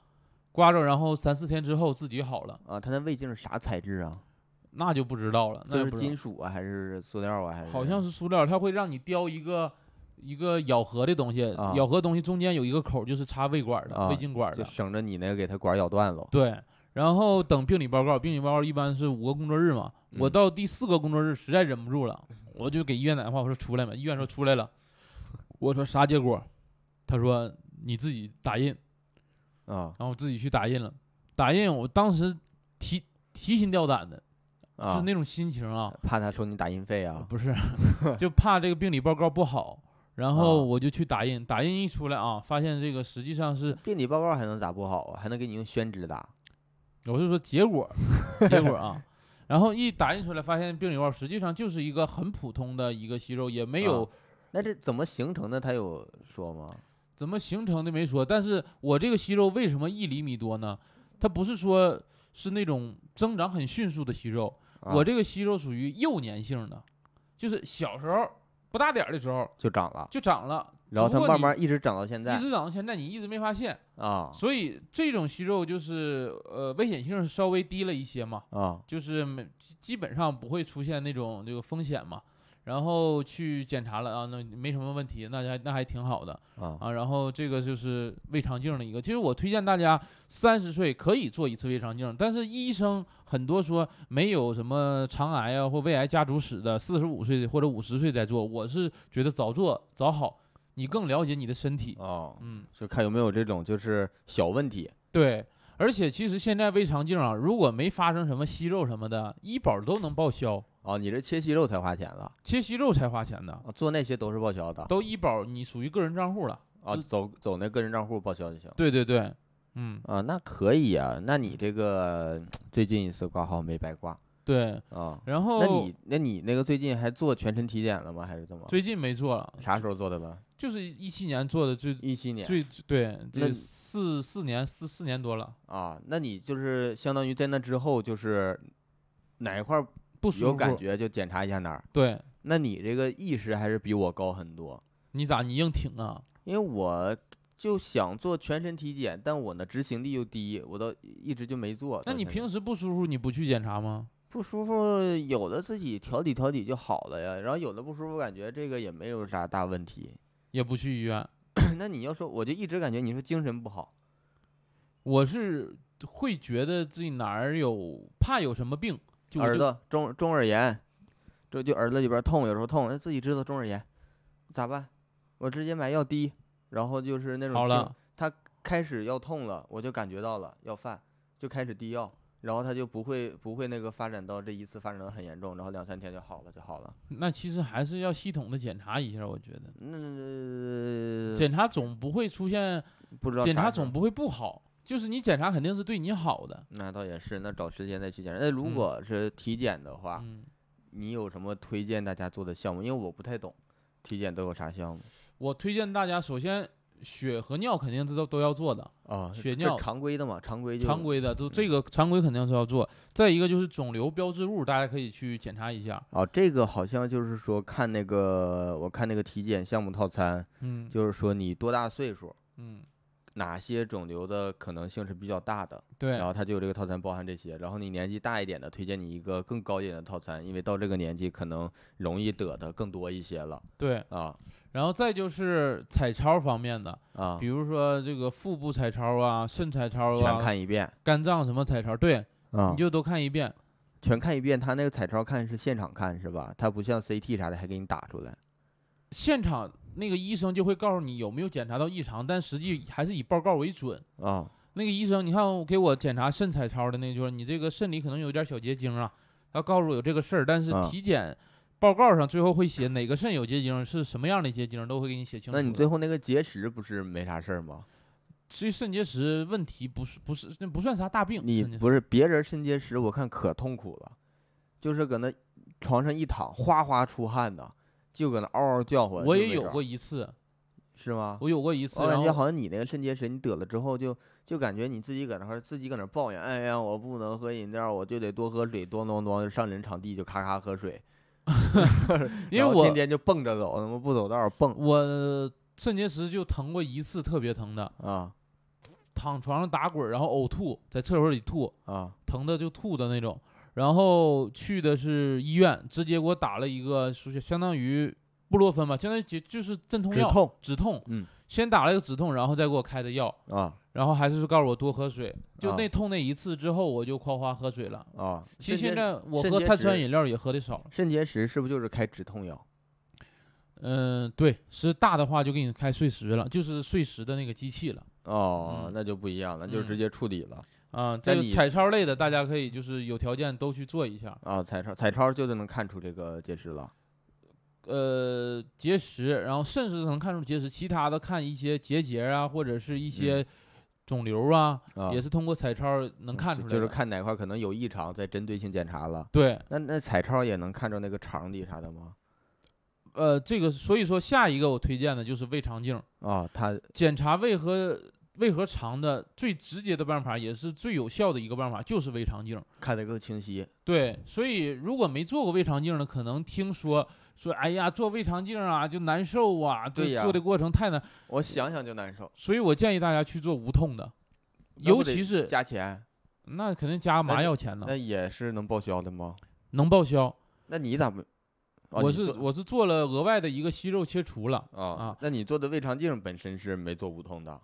Speaker 2: 刮着，然后三四天之后自己好了，
Speaker 1: 啊？他那胃镜是啥材质啊？
Speaker 2: 那就不知道了，那
Speaker 1: 就
Speaker 2: 也
Speaker 1: 是
Speaker 2: 不知道
Speaker 1: 金属啊，还是塑料啊？还是
Speaker 2: 好像是塑料，它会让你叼一个一个咬合的东西，
Speaker 1: 啊
Speaker 2: 咬合东西中间有一个口儿，就是插胃管的、
Speaker 1: 啊
Speaker 2: 胃镜管
Speaker 1: 就
Speaker 2: 的。
Speaker 1: 省着你那个给他管儿咬断了。
Speaker 2: 对，然后等病理报告，病理报告一般是五个工作日嘛，我
Speaker 1: 嗯
Speaker 2: 到第四个工作日实在忍不住了，我就给医院打电话，我说出来嘛，医院说出来了，我说啥结果？他说你自己打印，
Speaker 1: 啊
Speaker 2: 然后我自己去打印了，打印我当时提提心吊胆的，就
Speaker 1: 啊
Speaker 2: 是，那种心情啊
Speaker 1: 怕他收你打印费啊？
Speaker 2: 不是， 就怕这个病理报告不好，然
Speaker 1: 啊
Speaker 2: 后我就去打印，打印一出来啊，发现这个实际上是，
Speaker 1: 病理报告还能咋不好啊？还能给你用宣纸打？
Speaker 2: 我就说结果，结果啊， 然后一打印出来发现病理报告实际上就是一个很普通的一个息肉，也没
Speaker 1: 啊
Speaker 2: 有
Speaker 1: 那这怎么形成的？他有说吗？
Speaker 2: 怎么形成的没说，但是我这个息肉为什么一厘米多呢？它不是说是那种增长很迅速的息肉，
Speaker 1: 啊
Speaker 2: 我这个息肉属于幼年性的，就是小时候不大点儿的时候
Speaker 1: 就长了，
Speaker 2: 就长了，只
Speaker 1: 然后
Speaker 2: 不
Speaker 1: 它
Speaker 2: 过
Speaker 1: 慢
Speaker 2: 你
Speaker 1: 慢一直长到现
Speaker 2: 一
Speaker 1: 在
Speaker 2: 直长到现在，你一直没发现。
Speaker 1: 啊
Speaker 2: 所以这种息肉就是呃危险性稍微低了一些嘛，
Speaker 1: 啊
Speaker 2: 就是没基本上不会出现那种这个风险嘛。然后去检查了啊，那没什么问题，那还那还挺好的
Speaker 1: 啊！
Speaker 2: 啊。然后这个就是胃肠镜的一个，其实我推荐大家三十岁可以做一次胃肠镜，但是医生很多说没有什么肠癌啊或胃癌家族史的，四十五岁或者五十岁再做，我是觉得早做早好，你更了解你的身体。
Speaker 1: 哦，
Speaker 2: 嗯，
Speaker 1: 就看有没有这种就是小问题
Speaker 2: 对，而且其实现在胃肠镜啊，如果没发生什么息肉什么的，医保都能报销，
Speaker 1: 哦。你这切息肉才花钱了，
Speaker 2: 切息肉才花钱的，
Speaker 1: 啊做那些都是报销的
Speaker 2: 都医保你属于个人账户了。
Speaker 1: 啊，
Speaker 2: 这
Speaker 1: 走走那个人账户报销就行
Speaker 2: 对对对，嗯，
Speaker 1: 啊。那可以啊，那你这个最近一次挂号没白挂
Speaker 2: 对。
Speaker 1: 啊？
Speaker 2: 然后
Speaker 1: 那你那你那个最近还做全身体检了吗？还是怎么？
Speaker 2: 最近没做了，
Speaker 1: 啥时候做的了？
Speaker 2: 就是一七年做的最
Speaker 1: 一七年
Speaker 2: 最对，
Speaker 1: 那
Speaker 2: 这
Speaker 1: 你
Speaker 2: 四四年四四年多了，
Speaker 1: 啊，那你就是相当于在那之后就是哪一块儿
Speaker 2: 不舒服。
Speaker 1: 有感觉就检查一下哪儿。
Speaker 2: 对，
Speaker 1: 那你这个意识还是比我高很多，
Speaker 2: 你咋你硬挺啊？
Speaker 1: 因为我就想做全身体检，但我呢执行力又低，我都一直就没做。
Speaker 2: 那
Speaker 1: 到
Speaker 2: 你
Speaker 1: 现
Speaker 2: 平
Speaker 1: 在
Speaker 2: 时不舒服你不去检查吗？
Speaker 1: 不舒服，有的自己调理调理就好了呀，然后有的不舒服，感觉这个也没有啥大问题。
Speaker 2: 也不去医院，
Speaker 1: 那你要说，我就一直感觉你说精神不好
Speaker 2: 我是会觉得自己哪儿有怕有什么病，就我
Speaker 1: 耳
Speaker 2: 就
Speaker 1: 朵中中耳炎，这就耳朵里边痛，有时候痛，哎自己知道中耳炎，咋办？我直接买药滴，然后就是那种
Speaker 2: 好
Speaker 1: 清
Speaker 2: 了。
Speaker 1: 开始要痛了，我就感觉到了要犯，就开始滴药，然后它就不会不会那个发展到这一次发展的很严重，然后两三天就好了就好了。
Speaker 2: 那其实还是要系统的检查一下，我觉得
Speaker 1: 那、
Speaker 2: 检查总不会出现，
Speaker 1: 嗯呃不知道
Speaker 2: 检
Speaker 1: 啥
Speaker 2: 查
Speaker 1: 时候
Speaker 2: 总不会不好，就是你检查肯定是对你好的。
Speaker 1: 那倒也是，那找时间再去检查。那如
Speaker 2: 嗯
Speaker 1: 果是体检的话，
Speaker 2: 嗯，
Speaker 1: 你有什么推荐大家做的项目？因为我不太懂体检都有啥项目
Speaker 2: 我推荐大家首先血和尿肯定是都都要做的，
Speaker 1: 啊
Speaker 2: 血
Speaker 1: 这
Speaker 2: 尿
Speaker 1: 常规的嘛，常规就
Speaker 2: 常规的都这
Speaker 1: 嗯
Speaker 2: 个常规肯定是要做。再一个就是肿瘤标志物，大家可以去检查一下。
Speaker 1: 哦，这个好像就是说看那个，我看那个体检项目套餐，
Speaker 2: 嗯
Speaker 1: 就是说你多大岁数，
Speaker 2: 嗯，
Speaker 1: 哪些肿瘤的可能性是比较大的，
Speaker 2: 对
Speaker 1: 然，后它就有这个套餐包含这些，然后你年纪大一点的，推荐你一个更高一点的套餐，因为到这个年纪可能容易得的更多一些了
Speaker 2: 对，
Speaker 1: 啊
Speaker 2: 然后再就是彩超方面的，
Speaker 1: 啊
Speaker 2: 比，如说这个腹部彩超啊、肾彩超
Speaker 1: 全
Speaker 2: 啊、
Speaker 1: 看一遍
Speaker 2: 肝脏什么彩超，对，
Speaker 1: 啊
Speaker 2: 你，就都看一遍。
Speaker 1: 全看一遍，它那个彩超看是现场看是吧？它不像 CT 啥的还给你打出来
Speaker 2: 现场那个医生就会告诉你有没有检查到异常，但实际还是以报告为准。
Speaker 1: 啊
Speaker 2: 那个医生，你看我给我检查肾彩超的那个，就是你这个肾里可能有点小结晶啊，他告诉我有这个事儿，但是
Speaker 1: 啊
Speaker 2: 体检报告上最后会写哪个肾有结晶，是什么样的结晶，都会给你写清楚
Speaker 1: 那
Speaker 2: 的。
Speaker 1: 你最后那个结石不是没啥事儿吗？
Speaker 2: 其实肾结石问题不是不是那不算啥大病，
Speaker 1: 你
Speaker 2: 肾结石
Speaker 1: 不是别人肾结石，我看可痛苦了，就是搁那床上一躺，哗哗出汗的，就搁那嗷嗷叫唤。
Speaker 2: 我
Speaker 1: 就
Speaker 2: 也
Speaker 1: 没
Speaker 2: 有
Speaker 1: 招
Speaker 2: 过
Speaker 1: 儿，
Speaker 2: 一次，
Speaker 1: 是吗？
Speaker 2: 我有过一次，
Speaker 1: 我
Speaker 2: 然
Speaker 1: 感觉
Speaker 2: 后
Speaker 1: 好像哦你那个肾结石，你得了之后就就感觉你自己搁那块儿自己搁那儿抱怨，哎呀，我不能喝饮料，我就得多喝水，咚咚咚上人场地就咔咔喝水，
Speaker 2: 因为
Speaker 1: 然后
Speaker 2: 我
Speaker 1: 天天就蹦着走，他妈不走道儿蹦
Speaker 2: 我肾结石就疼过一次，特别疼的，
Speaker 1: 啊
Speaker 2: 躺床上打滚儿，然后呕吐，在厕所里吐，
Speaker 1: 啊
Speaker 2: 疼的就吐的那种。然后去的是医院，直接给我打了一个属于相当于布洛芬吧，相当于就就是镇痛
Speaker 1: 止
Speaker 2: 药，
Speaker 1: 痛
Speaker 2: 止痛，
Speaker 1: 嗯，
Speaker 2: 先打了一个止痛，然后再给我开的药，
Speaker 1: 啊
Speaker 2: 然后还是告诉我多喝水。就
Speaker 1: 啊
Speaker 2: 那痛那一次之后，我就夸夸喝水了。
Speaker 1: 啊！
Speaker 2: 其实
Speaker 1: 肾
Speaker 2: 现
Speaker 1: 结
Speaker 2: 在我
Speaker 1: 肾
Speaker 2: 喝
Speaker 1: 结
Speaker 2: 碳酸
Speaker 1: 石
Speaker 2: 饮料也喝的少了，
Speaker 1: 肾结石是不是就是开止痛药？
Speaker 2: 嗯，对，是大的话就给你开碎石了，就是碎石的那个机器了。
Speaker 1: 哦
Speaker 2: 嗯，
Speaker 1: 那就不一样了，就是直
Speaker 2: 嗯
Speaker 1: 接处理了。
Speaker 2: 啊，这
Speaker 1: 那
Speaker 2: 个
Speaker 1: 你
Speaker 2: 彩超类的，大家可以就是有条件都去做一下。
Speaker 1: 啊，彩超彩超就是能看出这个结石了。
Speaker 2: 呃，结石，然后肾是能看出结石，其他的看一些结节啊，或者是一些肿瘤啊，
Speaker 1: 嗯啊，嗯
Speaker 2: 也是通过彩超能看出来的。
Speaker 1: 就是看哪块儿可能有异常，再针对性检查了。
Speaker 2: 对，
Speaker 1: 那那彩超也能看着那个肠底啥的吗？
Speaker 2: 呃，这个所以说下一个我推荐的就是胃肠镜，
Speaker 1: 啊，它
Speaker 2: 检查胃和胃和肠的最直接的办法，也是最有效的一个办法，就是胃肠镜。
Speaker 1: 看得更清晰。
Speaker 2: 对，所以如果没做过胃肠镜的，可能听说说，哎呀，做胃肠镜啊就难受啊，
Speaker 1: 对
Speaker 2: 这
Speaker 1: 呀
Speaker 2: 做的过程太难，
Speaker 1: 我想想就难受，
Speaker 2: 所以我建议大家去做无痛的，
Speaker 1: 那不
Speaker 2: 尤
Speaker 1: 得
Speaker 2: 其是啊
Speaker 1: 加钱
Speaker 2: 那肯定加麻
Speaker 1: 就
Speaker 2: 药钱了
Speaker 1: 那，也是能报销的吗？
Speaker 2: 能报销。
Speaker 1: 那你咋不？哦
Speaker 2: 我
Speaker 1: 你
Speaker 2: 是
Speaker 1: 做
Speaker 2: 我是做了额外的一个息肉切除了，
Speaker 1: 啊
Speaker 2: 啊，
Speaker 1: 那你做的胃肠镜本身是没做无痛的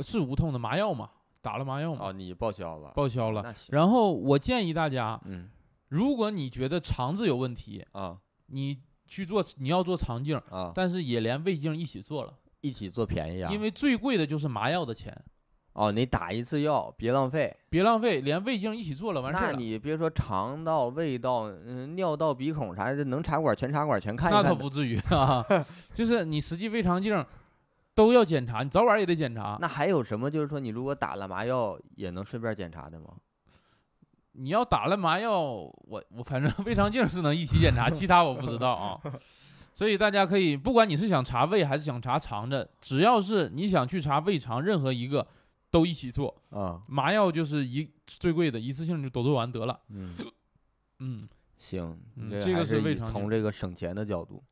Speaker 2: 是无痛的麻药嘛，打了麻药嘛，
Speaker 1: 啊，你报销了。
Speaker 2: 嗯报销了。
Speaker 1: 那行，
Speaker 2: 然后我建议大家，
Speaker 1: 嗯
Speaker 2: 如果你觉得肠子有问题，
Speaker 1: 啊
Speaker 2: 你去做你要做肠镜，
Speaker 1: 啊，
Speaker 2: 但是也连胃镜一起做了，
Speaker 1: 一起做便宜啊。
Speaker 2: 因为最贵的就是麻药的钱。
Speaker 1: 哦，你打一次药，别浪费。
Speaker 2: 别浪费，连胃镜一起做了，完事
Speaker 1: 那
Speaker 2: 儿了。
Speaker 1: 你别说肠道、胃道、嗯、尿道、鼻孔啥的，能插管全插管全看一
Speaker 2: 那
Speaker 1: 看。
Speaker 2: 倒不，至于啊， 就是你实际胃肠镜都要检查，你早晚也得检查。
Speaker 1: 那还有什么？就是说，你如果打了麻药，也能顺便检查的吗？
Speaker 2: 你要打了麻药，我我反正 胃肠镜是能一起检查，其他我不知 道啊。 所以大家可以，不管你是想查胃还是想查肠子，只要是你想去查胃肠，任何一个都一起做。
Speaker 1: 啊，
Speaker 2: 麻药就是一最贵的，一次性就都做完得了。
Speaker 1: 嗯，
Speaker 2: 嗯，
Speaker 1: 行，
Speaker 2: 嗯
Speaker 1: 这
Speaker 2: 这
Speaker 1: 还
Speaker 2: 个是
Speaker 1: 是
Speaker 2: 胃
Speaker 1: 以
Speaker 2: 肠
Speaker 1: 从
Speaker 2: 镜
Speaker 1: 这个省钱的角度。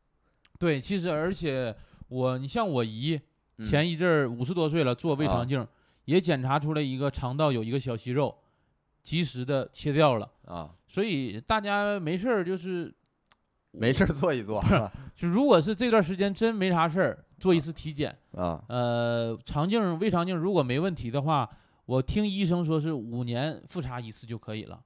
Speaker 2: 对，其实而且我，你像我姨，
Speaker 1: 嗯
Speaker 2: 前一阵儿五十多岁了，做胃
Speaker 1: 啊
Speaker 2: 肠镜儿，也检查出来一个肠道有一个小息肉，及时的切掉了。
Speaker 1: 啊，
Speaker 2: 所以大家没事儿就是，
Speaker 1: 没事儿做一做
Speaker 2: 就如果是这段时间真没啥事儿，做一次体检。
Speaker 1: 啊。
Speaker 2: 呃，肠镜儿、胃肠镜儿如果没问题的话，我听医生说是五年复查一次就可以了。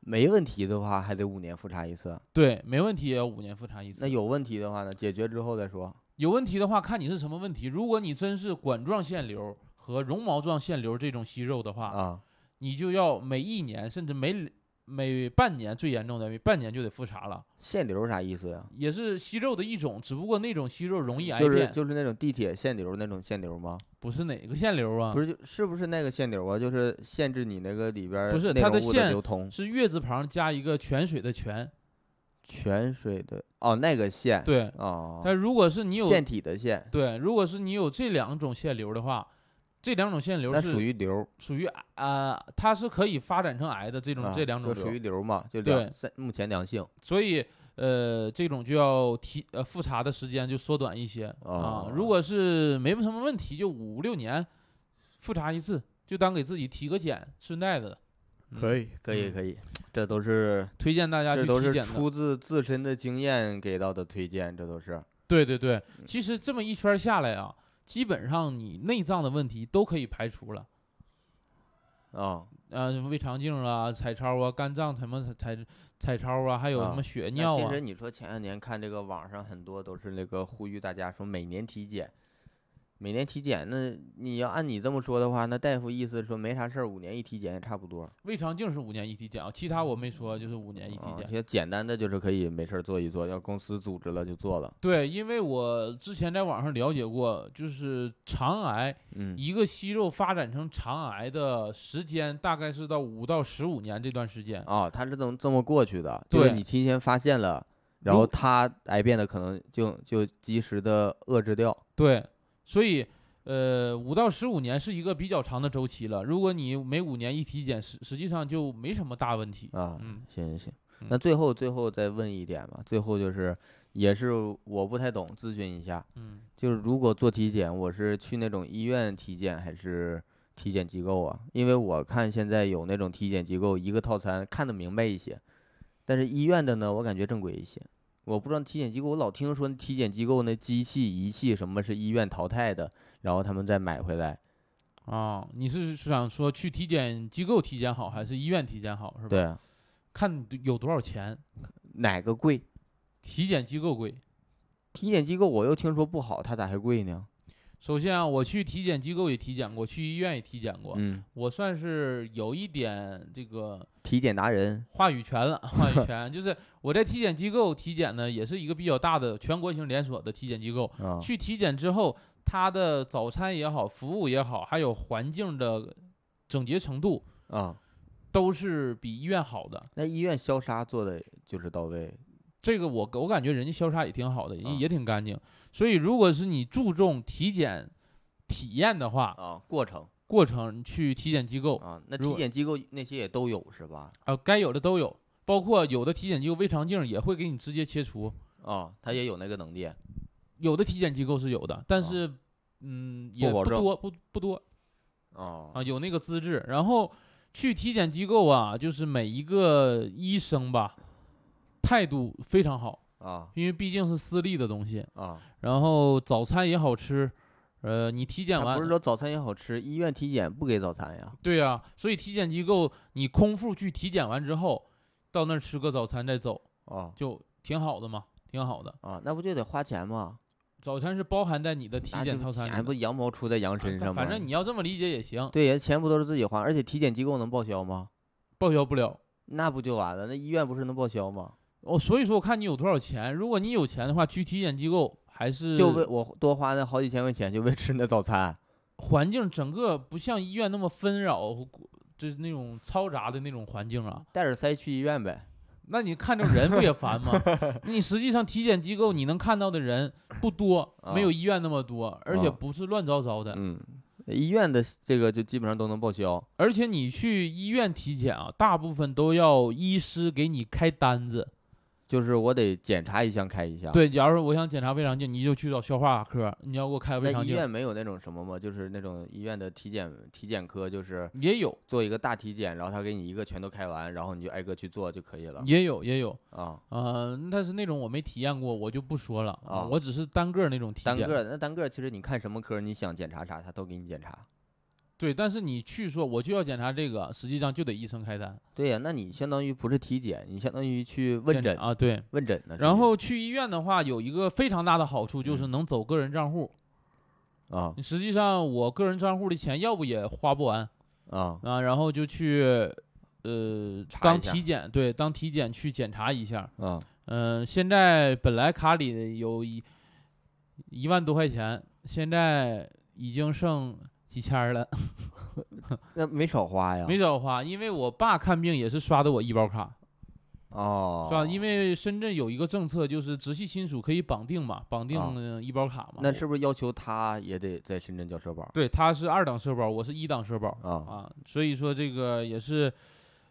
Speaker 1: 没问题的话，还得五年复查一次。
Speaker 2: 对，没问题也要五年复查一次。
Speaker 1: 那有问题的话呢，解决之后再说。
Speaker 2: 有问题的话，看你是什么问题。如果你真是管状腺瘤和绒毛状腺瘤这种息肉的话，
Speaker 1: 啊
Speaker 2: 你就要每一年甚至每每半年，最严重的每半年就得复查了，
Speaker 1: 腺瘤啥意思呀、
Speaker 2: 也是息肉的一种，只不过那种息肉容易癌
Speaker 1: 就是
Speaker 2: 变，
Speaker 1: 就是那种地铁限流那种限流吗？
Speaker 2: 不是哪个腺瘤啊
Speaker 1: 不，是就是不是那个限流啊？就是限制你那个里边儿
Speaker 2: 不是
Speaker 1: 内
Speaker 2: 它
Speaker 1: 容
Speaker 2: 的
Speaker 1: 物
Speaker 2: 限
Speaker 1: 的流通，
Speaker 2: 是月字旁加一个泉水的泉，
Speaker 1: 泉水的哦那个线
Speaker 2: 对。
Speaker 1: 哦，
Speaker 2: 但如果是你有
Speaker 1: 腺体的腺，
Speaker 2: 对，如果是你有这两种腺瘤的话，这两种腺瘤
Speaker 1: 那
Speaker 2: 是
Speaker 1: 属于瘤儿
Speaker 2: 属于癌呃，它是可以发展成癌的这种、
Speaker 1: 啊，
Speaker 2: 这两种
Speaker 1: 就
Speaker 2: 瘤，
Speaker 1: 属于瘤儿嘛，就
Speaker 2: 对
Speaker 1: 两三目前良性
Speaker 2: 所以呃，这种就要提呃复查的时间就缩短一些、啊。如
Speaker 1: 哦
Speaker 2: 果是没什么问题，就五六年复查一次，就当给自己体个检，顺带着的。以，
Speaker 1: 以可以
Speaker 2: 嗯
Speaker 1: 可以，这都是
Speaker 2: 推荐大家去
Speaker 1: 这都
Speaker 2: 体
Speaker 1: 是
Speaker 2: 检的。
Speaker 1: 出自自身的经验给到的推荐，这都是
Speaker 2: 对对对，
Speaker 1: 嗯
Speaker 2: 其实这么一圈儿下来啊，基本上你内脏的问题都可以排除了。
Speaker 1: 啊
Speaker 2: 啊，什么胃肠镜啊、彩超啊、肝脏什么彩彩彩超啊，还有什
Speaker 1: 啊
Speaker 2: 么血
Speaker 1: 那
Speaker 2: 尿啊
Speaker 1: 其实，你说前两年看这个网上很多都是那个呼吁大家说每年体检，每年体检，那你要按你这么说的话，那大夫意思说没啥事儿，五年一体检也差不多。
Speaker 2: 胃肠镜是五年一体检啊，其他我没说，就是五年一体
Speaker 1: 啊，
Speaker 2: 检。
Speaker 1: 其实简单的就是可以没事儿做一做，要公司组织了就做了。
Speaker 2: 对，因为我之前在网上了解过，就是肠癌，
Speaker 1: 嗯，
Speaker 2: 一个息肉发展成肠癌的时间大概是到五到十五年这段时间。
Speaker 1: 哦，他是这么这么过去的，就是
Speaker 2: 对
Speaker 1: 你提前发现了，然
Speaker 2: 如
Speaker 1: 后他癌变的可能就就及时的遏制掉。
Speaker 2: 对，所以呃，五到十五年是一个比较长的周期了。如果你每五年一体检，实实际上就没什么大问题。
Speaker 1: 啊，
Speaker 2: 嗯
Speaker 1: 行行行，
Speaker 2: 嗯
Speaker 1: 那最后最后再问一点吧，最后就是也是我不太懂，咨询一下，
Speaker 2: 嗯，
Speaker 1: 就是如果做体检，我是去那种医院体检还是体检机构啊？因为我看现在有那种体检机构一个套餐看得明白一些，但是医院的呢，我感觉正规一些。我不知道体检机构，我老听说体检机构那机器仪器什么是医院淘汰的，然后他们再买回来。
Speaker 2: 啊，你是想说去体检机构体检好，还是医院体检好，是吧？
Speaker 1: 对，啊，
Speaker 2: 看你有多少钱。
Speaker 1: 哪个贵？
Speaker 2: 体检机构贵。
Speaker 1: 体检机构我又听说不好，它咋还贵呢？
Speaker 2: 首先啊，我去体检机构也体检过，去医院也体检过，
Speaker 1: 嗯，
Speaker 2: 我算是有一点这个
Speaker 1: 体检达人。
Speaker 2: 话语权了。话语权 就是我在体检机构体检呢，也是一个比较大的全国性连锁的体检机构。
Speaker 1: 啊，
Speaker 2: 去体检之后，它的早餐也好，服务也好，还有环境的整洁程度，
Speaker 1: 啊，
Speaker 2: 都是比医院好的。
Speaker 1: 那医院消杀做的就是到位
Speaker 2: 这个我我感觉人家消杀也挺好的，也
Speaker 1: 啊
Speaker 2: 也挺干净。所以如果是你注重体检体验的话，
Speaker 1: 啊，过程
Speaker 2: 过程你去体检机构
Speaker 1: 啊，那
Speaker 2: 如
Speaker 1: 体
Speaker 2: 果
Speaker 1: 检机构那些也都有是吧？
Speaker 2: 啊，该有的都有，包括有的体检机构胃肠镜也会给你直接切除，
Speaker 1: 啊，他也有那个能力
Speaker 2: 有的体检机构是有的，但
Speaker 1: 啊
Speaker 2: 是嗯也
Speaker 1: 保
Speaker 2: 不
Speaker 1: 证
Speaker 2: 多不不多
Speaker 1: 哦
Speaker 2: 啊，有那个资质。然后去体检机构啊，就是每一个医生吧，态度非常好，
Speaker 1: 啊
Speaker 2: 因为毕竟是私立的东西。
Speaker 1: 啊，
Speaker 2: 然后早餐也好吃，呃，你体检
Speaker 1: 啊他
Speaker 2: 完
Speaker 1: 不是说早餐也好吃，医院体检不给早餐呀？
Speaker 2: 对呀、所以体检机构你空腹去体检完之后，到那儿吃个早餐再走，
Speaker 1: 啊
Speaker 2: 就挺好的嘛，挺好的。
Speaker 1: 啊，那不就得花钱吗？
Speaker 2: 早餐是包含在你的体
Speaker 1: 那
Speaker 2: 检
Speaker 1: 这
Speaker 2: 套餐里
Speaker 1: 钱不
Speaker 2: 的，
Speaker 1: 羊毛出在羊
Speaker 2: 啊
Speaker 1: 身
Speaker 2: 但
Speaker 1: 上吗？
Speaker 2: 反正你要这么理解也行，
Speaker 1: 对呀，钱不都是自己花，而且体检机构能报销吗？
Speaker 2: 报销不了。
Speaker 1: 那不就完了？那医院不是能报销吗？
Speaker 2: 哦，所以说我看你有多少钱，如果你有钱的话，去体检机构还是
Speaker 1: 就为我多花那好几千块钱，就为吃那早餐。
Speaker 2: 环境整个不像医院那么纷扰，就是那种嘈杂的那种环境啊。
Speaker 1: 带着腮去医院呗。
Speaker 2: 那你看着人不也烦吗？ 你实际上体检机构你能看到的人不多，没有
Speaker 1: 啊
Speaker 2: 医院那么多，而且
Speaker 1: 啊
Speaker 2: 不是乱糟糟的。
Speaker 1: 嗯，医院的这个就基本上都能报销。
Speaker 2: 而且你去医院体检啊，大部分都要医师给你开单子。
Speaker 1: 就是我得检查一项开一项。，
Speaker 2: 对，假如说我想检查胃肠镜，你就去找消化科，你要给我开胃
Speaker 1: 那
Speaker 2: 肠
Speaker 1: 医
Speaker 2: 镜。
Speaker 1: 院没有那种什么吗？就是那种医院的体检体检科，就是
Speaker 2: 也有，
Speaker 1: 做一个大体检，然后他给你一个全都开完，然后你就挨个去做就可以了。
Speaker 2: 也有，也有，
Speaker 1: 啊，
Speaker 2: 呃，但是那种我没体验过，我就不说了
Speaker 1: 啊
Speaker 2: 我只是单个儿那种体
Speaker 1: 单
Speaker 2: 检。
Speaker 1: 个儿那单个儿其实你看什么科，你想检查啥，他都给你检查。
Speaker 2: 对，但是你去说我就要检查这个，实际上就得医生开单
Speaker 1: 对呀、那你相当于不是体检，你相当于去问
Speaker 2: 检
Speaker 1: 诊，
Speaker 2: 啊，对。
Speaker 1: 问诊呢。
Speaker 2: 然后去医院的话，有一个非常大的好
Speaker 1: 嗯
Speaker 2: 处就是能走个人账户。
Speaker 1: 啊
Speaker 2: 实际上，我个人账户的钱要不也花不完，
Speaker 1: 啊，
Speaker 2: 啊，然后就去呃
Speaker 1: 查
Speaker 2: 当
Speaker 1: 一下
Speaker 2: 体检，对，当体检去检查一下。
Speaker 1: 啊，
Speaker 2: 嗯、现在本来卡里有一一万多块钱，现在已经剩几千儿
Speaker 1: 哎
Speaker 2: 了，
Speaker 1: 那没少花呀，
Speaker 2: 没少花。因为我爸看病也是刷的我医保卡，
Speaker 1: 哦，
Speaker 2: 是吧？因为深圳有一个政策，就是直系亲属可以绑定嘛，绑定
Speaker 1: 啊
Speaker 2: 呃医保卡嘛。
Speaker 1: 那
Speaker 2: 我
Speaker 1: 是不是要求他也得在深圳交社保
Speaker 2: 对，他是二档社保，我是一档社保。
Speaker 1: 啊？
Speaker 2: 啊，所以说这个也是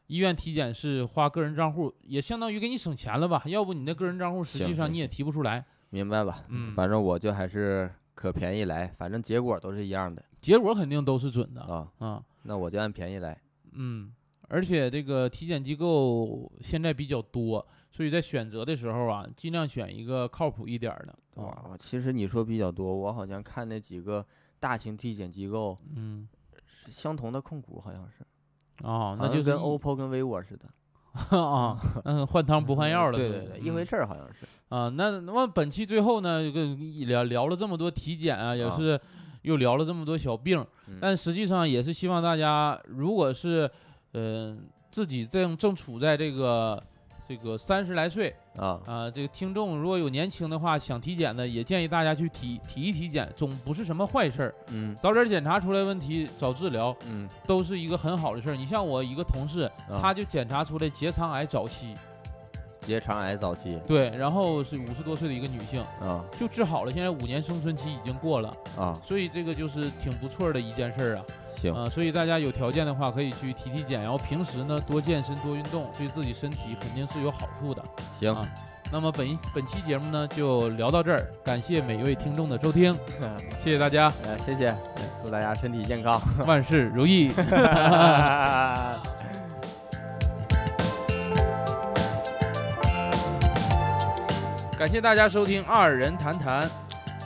Speaker 2: 医院体检是花个人账户，也相当于给你省钱了吧？要不你那个人账户实际
Speaker 1: 行
Speaker 2: 上
Speaker 1: 行
Speaker 2: 你也提不出来，
Speaker 1: 明白吧？
Speaker 2: 嗯
Speaker 1: 反正我就还是可便宜来，反正结果都是一样的
Speaker 2: 结果肯定都是准的
Speaker 1: 啊。
Speaker 2: 啊。
Speaker 1: 那我就按便宜来
Speaker 2: 嗯，而且这个体检机构现在比较多，所以在选择的时候啊，尽量选一个靠谱一点儿的啊。
Speaker 1: 啊。其实你说比较多，我好像看那几个大型体检机构
Speaker 2: 嗯，
Speaker 1: 是相同的控股，好像是，
Speaker 2: 哦，
Speaker 1: 好
Speaker 2: 那
Speaker 1: 像
Speaker 2: 就是
Speaker 1: 跟
Speaker 2: 一
Speaker 1: OPPO 跟 vivo 似的，
Speaker 2: 啊，嗯，换汤不换药了，
Speaker 1: 对
Speaker 2: 对
Speaker 1: 对对，一回事儿好像是。
Speaker 2: 啊，那那么本期最后呢，这个一聊聊了这么多体检啊，也
Speaker 1: 啊
Speaker 2: 是又聊了这么多小病，
Speaker 1: 嗯
Speaker 2: 但实际上也是希望大家，如果是嗯、呃自己正正处在这个这个三十来岁
Speaker 1: 啊，
Speaker 2: 啊、这个听众如果有年轻的话，想体检的，也建议大家去体体一体检，总不是什么坏事儿，
Speaker 1: 嗯
Speaker 2: 早点检查出来问题，早治疗
Speaker 1: 嗯，
Speaker 2: 都是一个很好的事儿。你像我一个同事，
Speaker 1: 啊
Speaker 2: 他就检查出来结肠癌早期，
Speaker 1: 结肠癌早期
Speaker 2: 对，然后是五十多岁的一个女性。
Speaker 1: 啊
Speaker 2: 就治好了，现在五年生存期已经过了，
Speaker 1: 啊，
Speaker 2: 所以这个就是挺不错的一件事儿啊
Speaker 1: 行
Speaker 2: 啊、所以大家有条件的话可以去体体检，然后平时呢多健身多运动，对自己身体肯定是有好处的。
Speaker 1: 行
Speaker 2: 啊，那么本一本期节目呢就聊到这儿，感谢每一位听众的收听，谢谢大 家，
Speaker 1: 呃，谢谢，祝大家身体健 康。
Speaker 2: 万事如意。 感谢大家收听《二人谈谈》，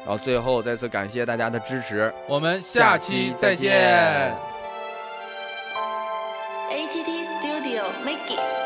Speaker 1: 然后最后再次感谢大家的支持，
Speaker 2: 我们下期再见。
Speaker 5: ATT Studio Mickey。